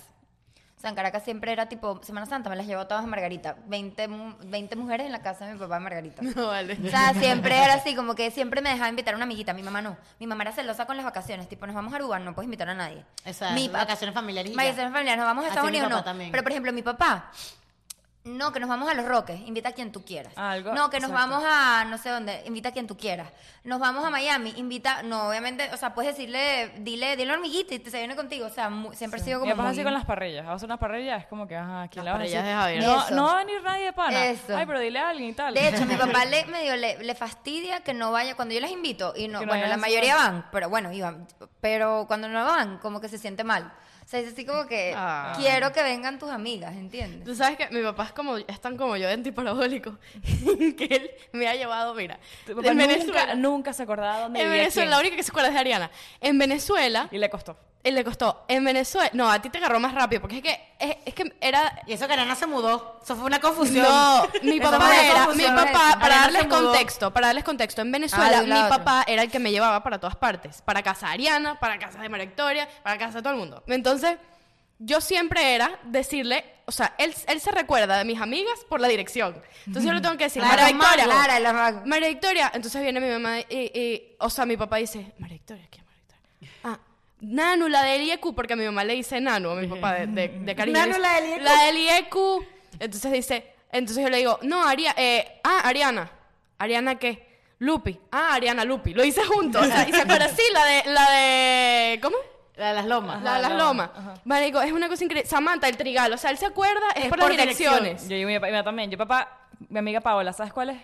[SPEAKER 3] O sea, en Caracas siempre era tipo, Semana Santa me las llevo todas a Margarita. 20, mu- 20 mujeres en la casa de mi papá en Margarita.
[SPEAKER 4] No, vale.
[SPEAKER 3] O sea, siempre era así, como que siempre me dejaba invitar a una amiguita. Mi mamá no. Mi mamá era celosa con las vacaciones. Tipo, nos vamos a Aruba, no puedes invitar a nadie.
[SPEAKER 2] Exacto,
[SPEAKER 3] Mi pa-
[SPEAKER 2] vacaciones familiares y ya.
[SPEAKER 3] Vacaciones familiares, nos vamos a
[SPEAKER 2] Así
[SPEAKER 3] Estados
[SPEAKER 2] mi
[SPEAKER 3] Unidos,
[SPEAKER 2] papá
[SPEAKER 3] no.
[SPEAKER 2] también.
[SPEAKER 3] Pero, por ejemplo, mi papá, no, que nos vamos a Los Roques, invita a quien tú quieras.
[SPEAKER 2] Ah,
[SPEAKER 5] Algo,
[SPEAKER 3] no, que nos
[SPEAKER 5] exacto.
[SPEAKER 3] vamos a no sé dónde, invita a quien tú quieras. Nos vamos a Miami, invita, no, obviamente, o sea, puedes decirle, dile, dile a una hormiguita y te se viene contigo. O sea, mu- siempre ha sido
[SPEAKER 5] Y
[SPEAKER 3] como
[SPEAKER 5] pasa
[SPEAKER 3] muy...
[SPEAKER 5] así con las parrillas. Vamos a hacer unas parrillas, es como que, ajá, ¿quién la
[SPEAKER 4] Las
[SPEAKER 5] va a
[SPEAKER 4] parrillas
[SPEAKER 5] decir?
[SPEAKER 4] de Javier.
[SPEAKER 5] No,
[SPEAKER 3] Eso.
[SPEAKER 5] no va a venir nadie de pana.
[SPEAKER 3] Eso.
[SPEAKER 5] Ay, pero dile a alguien y tal.
[SPEAKER 3] De hecho, mi papá le, medio le, le fastidia que no vaya, cuando yo las invito, y no,
[SPEAKER 5] Que no
[SPEAKER 3] bueno, la
[SPEAKER 5] vayan
[SPEAKER 3] mayoría
[SPEAKER 5] solas.
[SPEAKER 3] van, pero bueno, iban, pero cuando no van, como que se siente mal. O sea, es así como que
[SPEAKER 4] Ah.
[SPEAKER 3] quiero que vengan tus amigas, ¿entiendes?
[SPEAKER 4] Tú sabes que mi papá es como, es tan como yo de antiparabólico, que él me ha llevado, mira,
[SPEAKER 5] Tu papá
[SPEAKER 4] en
[SPEAKER 5] nunca,
[SPEAKER 4] Venezuela.
[SPEAKER 5] nunca se acordaba dónde
[SPEAKER 4] en
[SPEAKER 5] vivía
[SPEAKER 4] Venezuela,
[SPEAKER 5] quién.
[SPEAKER 4] la única que se acuerda es de Ariana. En Venezuela,
[SPEAKER 5] Y le costó.
[SPEAKER 4] él le costó. En Venezuela, no, a ti te agarró más rápido, porque es que, es, es que era,
[SPEAKER 2] Y eso que Arana se mudó. Eso fue una confusión.
[SPEAKER 4] No, mi
[SPEAKER 2] Eso
[SPEAKER 4] papá
[SPEAKER 2] fue una
[SPEAKER 4] era, mi
[SPEAKER 2] confusión.
[SPEAKER 4] papá, para
[SPEAKER 2] Arana
[SPEAKER 4] darles
[SPEAKER 2] se mudó.
[SPEAKER 4] contexto, para darles contexto, en
[SPEAKER 3] Ah,
[SPEAKER 4] Venezuela
[SPEAKER 3] de un
[SPEAKER 4] mi
[SPEAKER 3] lado a otro.
[SPEAKER 4] papá era el que me llevaba para todas partes, para casa de Ariana, para casa de María Victoria, para casa de todo el mundo. Entonces, yo siempre era decirle, o sea, él, él se recuerda de mis amigas por la dirección. Entonces yo le tengo que decir,
[SPEAKER 3] Claro,
[SPEAKER 4] María Victoria,
[SPEAKER 3] Clara, la mag-
[SPEAKER 4] María Victoria. Entonces viene mi mamá y, y- o sea, mi papá dice, María Victoria, ¿quién es María Victoria? Ah, Nanu, la del IEQ, porque mi mamá le dice Nanu a mi papá de, de, de cariño.
[SPEAKER 2] Nanu,
[SPEAKER 4] Le dice,
[SPEAKER 2] la del IEQ.
[SPEAKER 4] La del E IEQ. Entonces dice, entonces yo le digo, no, Aria, eh, ah, Ariana. ¿Ariana qué? Lupi. Ah, Ariana Lupi. Lo hice junto. O sea, y se acuerda, sí, la de, la de, ¿cómo?
[SPEAKER 2] La de las lomas.
[SPEAKER 4] la de las lomas. Vale, digo, es una cosa increíble. Samantha, el trigal. O sea, él se acuerda, es, por, las direcciones.
[SPEAKER 5] Yo y mi papá, mi mamá también. Yo papá, mi amiga Paola, ¿sabes cuál es?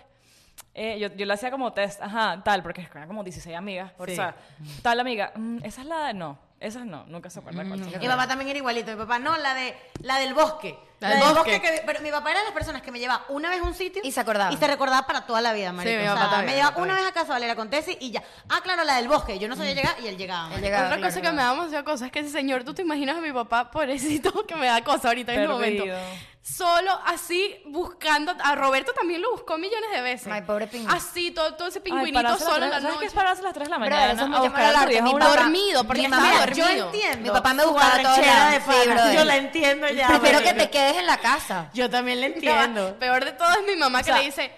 [SPEAKER 5] Eh, yo, yo le hacía como test, ajá, tal, porque eran como 16 amigas. O
[SPEAKER 2] Sí.
[SPEAKER 5] sea, tal amiga, mm, esa es la de... No, esa no, nunca se acuerda
[SPEAKER 3] Mm,
[SPEAKER 5] cuál es.
[SPEAKER 2] Mi papá también era igualito. Mi papá no, la de la del bosque.
[SPEAKER 4] La del bosque.
[SPEAKER 2] que- pero mi papá era de las personas que me llevaba una vez a un sitio
[SPEAKER 3] Y se acordaba.
[SPEAKER 2] Y se recordaba para toda la vida, marico.
[SPEAKER 4] mi
[SPEAKER 2] O sea,
[SPEAKER 4] papá también,
[SPEAKER 2] me
[SPEAKER 4] mi
[SPEAKER 2] llevaba
[SPEAKER 4] papá
[SPEAKER 2] una vez a casa Valera con Tessy y ya. Ah, claro, la del bosque. Yo no sabía llegar y él llegaba.
[SPEAKER 3] Él
[SPEAKER 2] marico.
[SPEAKER 3] llegaba,
[SPEAKER 4] Otra
[SPEAKER 3] claro,
[SPEAKER 4] cosa que
[SPEAKER 3] llegaba.
[SPEAKER 4] me da mucha cosa es que ese señor, tú te imaginas a mi papá, pobrecito, que me da cosa ahorita en este momento.
[SPEAKER 5] Perdido.
[SPEAKER 4] Solo así buscando. A Roberto también lo buscó millones de veces.
[SPEAKER 3] Ay, pobre pingüino.
[SPEAKER 4] Así, todo, todo ese
[SPEAKER 5] Ay,
[SPEAKER 4] pingüinito
[SPEAKER 5] pararse a las
[SPEAKER 4] solo
[SPEAKER 5] tres-
[SPEAKER 4] en la
[SPEAKER 5] ¿Sabes qué
[SPEAKER 4] noche.
[SPEAKER 5] es pararse a las 3 de la
[SPEAKER 3] Brother,
[SPEAKER 5] mañana
[SPEAKER 3] eso es muy
[SPEAKER 5] a
[SPEAKER 3] llamar
[SPEAKER 5] buscar a
[SPEAKER 3] la
[SPEAKER 5] tu vieja
[SPEAKER 3] atención.
[SPEAKER 5] una hora?
[SPEAKER 4] dormido, porque
[SPEAKER 3] Mi
[SPEAKER 4] estaba
[SPEAKER 3] mamá,
[SPEAKER 4] dormido.
[SPEAKER 2] Yo entiendo.
[SPEAKER 3] Mi papá me
[SPEAKER 2] su
[SPEAKER 3] buscaba a todos
[SPEAKER 2] arrechera
[SPEAKER 3] lados.
[SPEAKER 2] de
[SPEAKER 3] Sí,
[SPEAKER 2] pana.
[SPEAKER 3] brother.
[SPEAKER 2] Yo la entiendo ya.
[SPEAKER 3] Prefiero que
[SPEAKER 2] marico.
[SPEAKER 3] te quedes en la casa.
[SPEAKER 2] Yo también la entiendo.
[SPEAKER 4] No, Peor de todo es mi mamá que
[SPEAKER 5] sea-
[SPEAKER 4] le dice: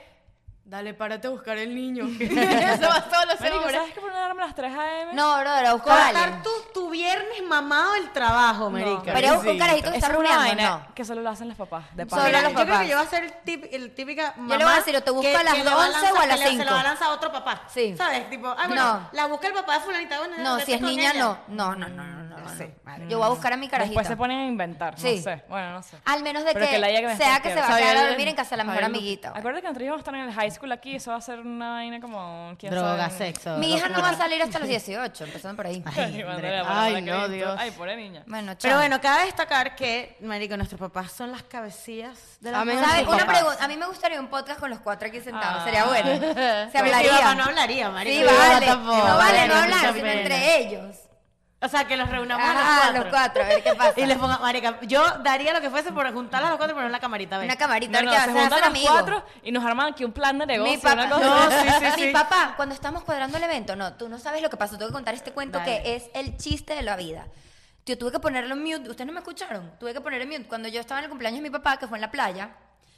[SPEAKER 4] Dale, párate a buscar el niño. Eso va solo,
[SPEAKER 5] Marico,
[SPEAKER 4] seguro.
[SPEAKER 5] ¿sabes que poner alarma a las 3 a.m.?
[SPEAKER 3] No, brother, a buscar a alguien.
[SPEAKER 2] Cortar tu, tu viernes mamado el trabajo, marica.
[SPEAKER 3] Pero un carajito que
[SPEAKER 5] Esa
[SPEAKER 3] está
[SPEAKER 5] es una
[SPEAKER 3] ruleando,
[SPEAKER 5] vaina
[SPEAKER 3] no.
[SPEAKER 5] que solo lo hacen los papás, de
[SPEAKER 3] Solo
[SPEAKER 5] pana.
[SPEAKER 2] Mira,
[SPEAKER 3] los
[SPEAKER 2] yo creo
[SPEAKER 3] papás.
[SPEAKER 2] que yo voy a ser el, tip- el típica mamá.
[SPEAKER 3] le voy a decir, o te busco
[SPEAKER 2] que-
[SPEAKER 3] a las
[SPEAKER 2] que le va
[SPEAKER 3] 11 o a
[SPEAKER 2] lanzar-
[SPEAKER 3] las
[SPEAKER 2] que le- Se lo va a
[SPEAKER 3] 5.
[SPEAKER 2] lanzar a otro papá.
[SPEAKER 3] Sí.
[SPEAKER 2] ¿Sabes? Tipo, ah, bueno,
[SPEAKER 3] No.
[SPEAKER 2] la busca el papá de fulanita. Bueno,
[SPEAKER 3] No,
[SPEAKER 2] vete
[SPEAKER 3] si es
[SPEAKER 2] con
[SPEAKER 3] niña,
[SPEAKER 2] ella.
[SPEAKER 3] no. No, no, no, no, no, no. Yo voy a buscar a mi carajito.
[SPEAKER 5] Después se ponen a inventar,
[SPEAKER 3] Sí. Ah,
[SPEAKER 5] no sé. Bueno, no sé.
[SPEAKER 3] Al menos de
[SPEAKER 5] Pero
[SPEAKER 3] que,
[SPEAKER 5] que la haya que me
[SPEAKER 3] sea
[SPEAKER 5] esté
[SPEAKER 3] que se
[SPEAKER 5] quedando.
[SPEAKER 3] va a quedar a
[SPEAKER 4] Javier-
[SPEAKER 3] dormir en casa de la mejor
[SPEAKER 4] Javier-
[SPEAKER 3] amiguita.
[SPEAKER 5] Acuérdate que nosotros íbamos a estar en el high school aquí, eso va a ser una vaina como... ¿quién
[SPEAKER 2] Droga,
[SPEAKER 5] sabe?
[SPEAKER 2] sexo.
[SPEAKER 3] Mi hija no
[SPEAKER 2] locura.
[SPEAKER 3] va a salir hasta los 18, empezando por ahí.
[SPEAKER 5] Ay, madre,
[SPEAKER 4] Ay,
[SPEAKER 5] la que
[SPEAKER 4] no,
[SPEAKER 5] he visto.
[SPEAKER 4] Dios.
[SPEAKER 5] Ay, pobre niña.
[SPEAKER 3] Bueno, chao.
[SPEAKER 2] Pero bueno, cabe destacar que, marico, nuestros papás son las cabecillas de la
[SPEAKER 4] Amén.
[SPEAKER 2] mamás.
[SPEAKER 3] ¿Sabes?
[SPEAKER 4] Sus
[SPEAKER 3] Una
[SPEAKER 4] papás.
[SPEAKER 3] pregunta. A mí me gustaría un podcast con los cuatro aquí sentados.
[SPEAKER 5] Ah.
[SPEAKER 3] Sería bueno. Se
[SPEAKER 2] Mi papá no
[SPEAKER 3] hablaría.
[SPEAKER 2] hablaría, marico.
[SPEAKER 3] Sí,
[SPEAKER 2] Mi papá
[SPEAKER 3] vale.
[SPEAKER 2] tampoco.
[SPEAKER 3] No vale no
[SPEAKER 2] Marico, mucha
[SPEAKER 3] hablar, sino
[SPEAKER 2] pena.
[SPEAKER 3] entre ellos.
[SPEAKER 2] O sea, que los reunamos
[SPEAKER 3] Ajá,
[SPEAKER 2] a los cuatro.
[SPEAKER 3] a ver qué pasa.
[SPEAKER 2] Y les ponga, marica, yo daría lo que fuese por juntarlas a los cuatro, pero en la camarita. ¿ves?
[SPEAKER 3] Una camarita,
[SPEAKER 5] No,
[SPEAKER 3] a ver
[SPEAKER 5] no,
[SPEAKER 3] qué
[SPEAKER 5] se
[SPEAKER 3] pasa. Se
[SPEAKER 5] juntan
[SPEAKER 3] hacen
[SPEAKER 5] los
[SPEAKER 3] amigos.
[SPEAKER 5] cuatro y nos arman aquí un plan de negocio.
[SPEAKER 3] Mi papá.
[SPEAKER 5] Una cosa.
[SPEAKER 3] Mi papá, cuando estamos cuadrando el evento, no, tú no sabes lo que pasó. Tengo que contar este cuento que es el chiste de la vida. Yo tuve que ponerlo en mute. Ustedes no me escucharon. Tuve que poner en mute. Cuando yo estaba en el cumpleaños de mi papá, que fue en la playa,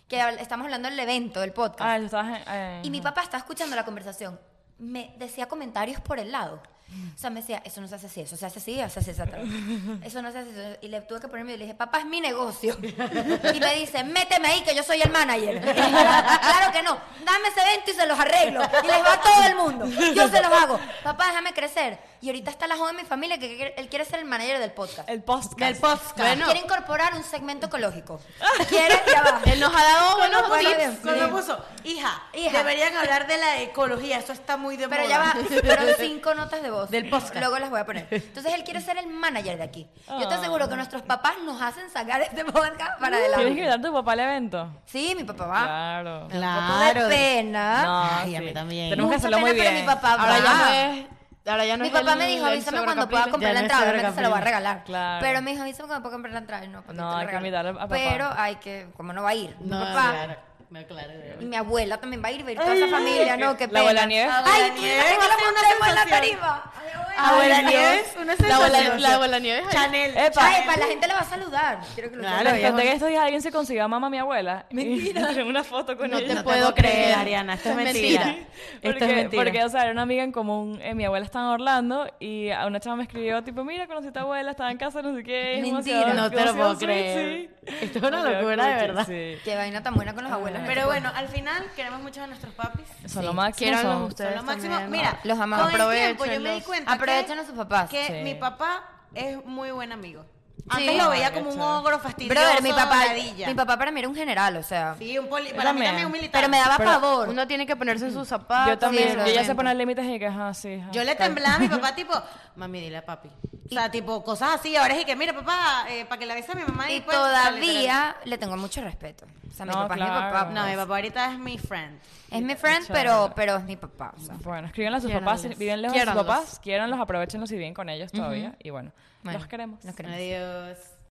[SPEAKER 3] que habl- estamos hablando del evento, del podcast.
[SPEAKER 5] Ah, yo estaba en- eh,
[SPEAKER 3] Y mi papá estaba escuchando la conversación. Me decía comentarios por el lado. O sea, me decía, eso no se hace así, eso se hace así, eso se hace así. Eso no se hace así. Y le tuve que ponerme y le dije, papá, es mi negocio. Y me dice, méteme ahí que yo soy el manager. Y yo, claro que no, dame ese evento y se los arreglo. Y les va a todo el mundo. Yo se los hago. Papá, déjame crecer. Y ahorita está la joven de mi familia que quiere- él quiere ser el manager del podcast.
[SPEAKER 5] El podcast.
[SPEAKER 2] Del podcast.
[SPEAKER 4] Bueno.
[SPEAKER 3] Quiere incorporar un segmento ecológico. Quiere, ya va.
[SPEAKER 4] Él nos ha dado
[SPEAKER 3] Bueno,
[SPEAKER 4] buenos
[SPEAKER 3] bueno,
[SPEAKER 4] tips.
[SPEAKER 3] bien.
[SPEAKER 2] Cuando puso, hija,
[SPEAKER 3] Hija.
[SPEAKER 2] deberían hablar de la ecología, eso está muy de
[SPEAKER 3] Pero
[SPEAKER 2] moda.
[SPEAKER 3] ya va, fueron cinco notas de voz.
[SPEAKER 2] Del podcast.
[SPEAKER 3] Luego las voy a poner. Entonces él quiere ser el manager de aquí. Yo te aseguro que nuestros papás nos hacen sacar este podcast para
[SPEAKER 5] ¿Quieres invitar
[SPEAKER 3] adelante.
[SPEAKER 5] a tu papá al evento?
[SPEAKER 3] Sí, mi papá va.
[SPEAKER 5] Claro.
[SPEAKER 3] Un poco de pena.
[SPEAKER 2] Ay, a mí también.
[SPEAKER 5] Tenemos que
[SPEAKER 3] Mucha
[SPEAKER 5] hacerlo
[SPEAKER 3] pena,
[SPEAKER 5] muy
[SPEAKER 3] pero
[SPEAKER 5] bien.
[SPEAKER 3] mi papá
[SPEAKER 4] Ahora ya
[SPEAKER 3] va.
[SPEAKER 4] no es. Ahora ya no
[SPEAKER 3] Mi
[SPEAKER 4] es
[SPEAKER 3] papá
[SPEAKER 4] el-
[SPEAKER 3] me dijo,
[SPEAKER 4] el
[SPEAKER 3] avísame cuando
[SPEAKER 4] sobrecapible.
[SPEAKER 3] pueda
[SPEAKER 2] Ya
[SPEAKER 3] comprar la
[SPEAKER 2] no es
[SPEAKER 3] entrada. Obviamente se la voy a
[SPEAKER 2] sobrecapible.
[SPEAKER 3] regalar.
[SPEAKER 5] Claro.
[SPEAKER 3] Pero me dijo, avísame cuando pueda comprar la entrada. Y no, papá,
[SPEAKER 5] No,
[SPEAKER 3] te la
[SPEAKER 5] hay que
[SPEAKER 3] regalo.
[SPEAKER 5] invitar a papá.
[SPEAKER 3] Pero hay que, como no va a ir. Mi
[SPEAKER 2] No,
[SPEAKER 3] papá.
[SPEAKER 2] claro, no, claro.
[SPEAKER 3] Y mi abuela también va a ir, va a ir toda esa familia, ¿no? Qué
[SPEAKER 5] La
[SPEAKER 3] pena.
[SPEAKER 5] abuela Nieves.
[SPEAKER 3] Ay,
[SPEAKER 2] Abuela
[SPEAKER 3] tú
[SPEAKER 2] Nieves,
[SPEAKER 3] la
[SPEAKER 2] hagamos una
[SPEAKER 3] sentemos en la
[SPEAKER 2] sensación.
[SPEAKER 3] tarifa. Ay,
[SPEAKER 2] Abuela
[SPEAKER 3] Dios.
[SPEAKER 2] Nieves, una
[SPEAKER 4] La abuela,
[SPEAKER 2] sensación.
[SPEAKER 4] la abuela Nieves. ahí.
[SPEAKER 2] Chanel.
[SPEAKER 5] Epa.
[SPEAKER 3] Ay, para la gente le va a saludar. Quiero que lo
[SPEAKER 2] Claro,
[SPEAKER 3] sepan.
[SPEAKER 5] Les conté que estos días alguien se consiguió a mamá mi abuela. Mentira. una foto con
[SPEAKER 4] No
[SPEAKER 5] ella.
[SPEAKER 4] te puedo creer,
[SPEAKER 2] Ariana, esto es
[SPEAKER 4] mentira.
[SPEAKER 2] mentira. Esto
[SPEAKER 5] Porque,
[SPEAKER 2] es mentira.
[SPEAKER 5] porque, o sea, era una amiga en común. eh, mi abuela está en Orlando y a una chava me escribió, tipo, mira, conocí a tu abuela, estaba en casa, no sé qué. es
[SPEAKER 3] Mentira.
[SPEAKER 5] demasiado-
[SPEAKER 2] No te lo puedo
[SPEAKER 5] demasiado
[SPEAKER 2] creer.
[SPEAKER 5] sweet, sí.
[SPEAKER 2] Esto es una
[SPEAKER 5] Demasiado
[SPEAKER 2] locura, de
[SPEAKER 5] cuchi,
[SPEAKER 2] verdad.
[SPEAKER 5] sí.
[SPEAKER 3] Qué vaina tan buena con los abuelos.
[SPEAKER 2] Pero bueno, al final queremos mucho a nuestros papis.
[SPEAKER 5] Son lo máximo.
[SPEAKER 4] Quieran
[SPEAKER 5] son-
[SPEAKER 4] los ustedes.
[SPEAKER 2] Son lo máximo.
[SPEAKER 4] también.
[SPEAKER 2] Mira,
[SPEAKER 3] Los amamos.
[SPEAKER 2] Con el tiempo yo me di
[SPEAKER 4] Aprovéchenlos.
[SPEAKER 2] cuenta
[SPEAKER 3] Aprovechen
[SPEAKER 2] que,
[SPEAKER 3] a sus papás.
[SPEAKER 2] que
[SPEAKER 5] Sí.
[SPEAKER 2] mi papá es muy buen amigo. Antes
[SPEAKER 3] Sí.
[SPEAKER 2] lo veía como un ogro fastidioso,
[SPEAKER 3] Brother, mi papá,
[SPEAKER 2] ladilla.
[SPEAKER 3] mi papá para mí era un general, o sea.
[SPEAKER 2] Sí, un poli, para mí
[SPEAKER 5] también.
[SPEAKER 2] también un militar.
[SPEAKER 3] Pero me daba
[SPEAKER 5] Pero-
[SPEAKER 3] pavor.
[SPEAKER 4] Uno tiene que ponerse en sus zapatos.
[SPEAKER 5] Yo
[SPEAKER 3] Sí,
[SPEAKER 5] también. yo ya sé
[SPEAKER 3] realmente.
[SPEAKER 5] poner límites y que, ajá, sí. ajá.
[SPEAKER 2] Yo le temblaba a mi papá, tipo, mami, dile a papi. O sea, tipo, cosas así. Ahora es que, mira, papá, eh, para que le avise a mi mamá.
[SPEAKER 3] y
[SPEAKER 2] después,
[SPEAKER 3] todavía Pues. le tengo mucho respeto. O sea, mi
[SPEAKER 5] No,
[SPEAKER 3] papá es mi
[SPEAKER 5] claro.
[SPEAKER 3] papá.
[SPEAKER 2] No, mi papá ahorita es mi friend.
[SPEAKER 3] Es mi friend, pero, pero es mi papá. o sea.
[SPEAKER 5] Bueno, escríbanle a sus
[SPEAKER 4] Quiéranlos.
[SPEAKER 5] papás, si viven lejos de sus
[SPEAKER 4] Quiéranlos.
[SPEAKER 5] papás, quiéranlos, aprovechenlos y viven con ellos todavía. Y bueno,
[SPEAKER 3] Bueno,
[SPEAKER 5] los queremos.
[SPEAKER 3] los queremos.
[SPEAKER 2] Adiós.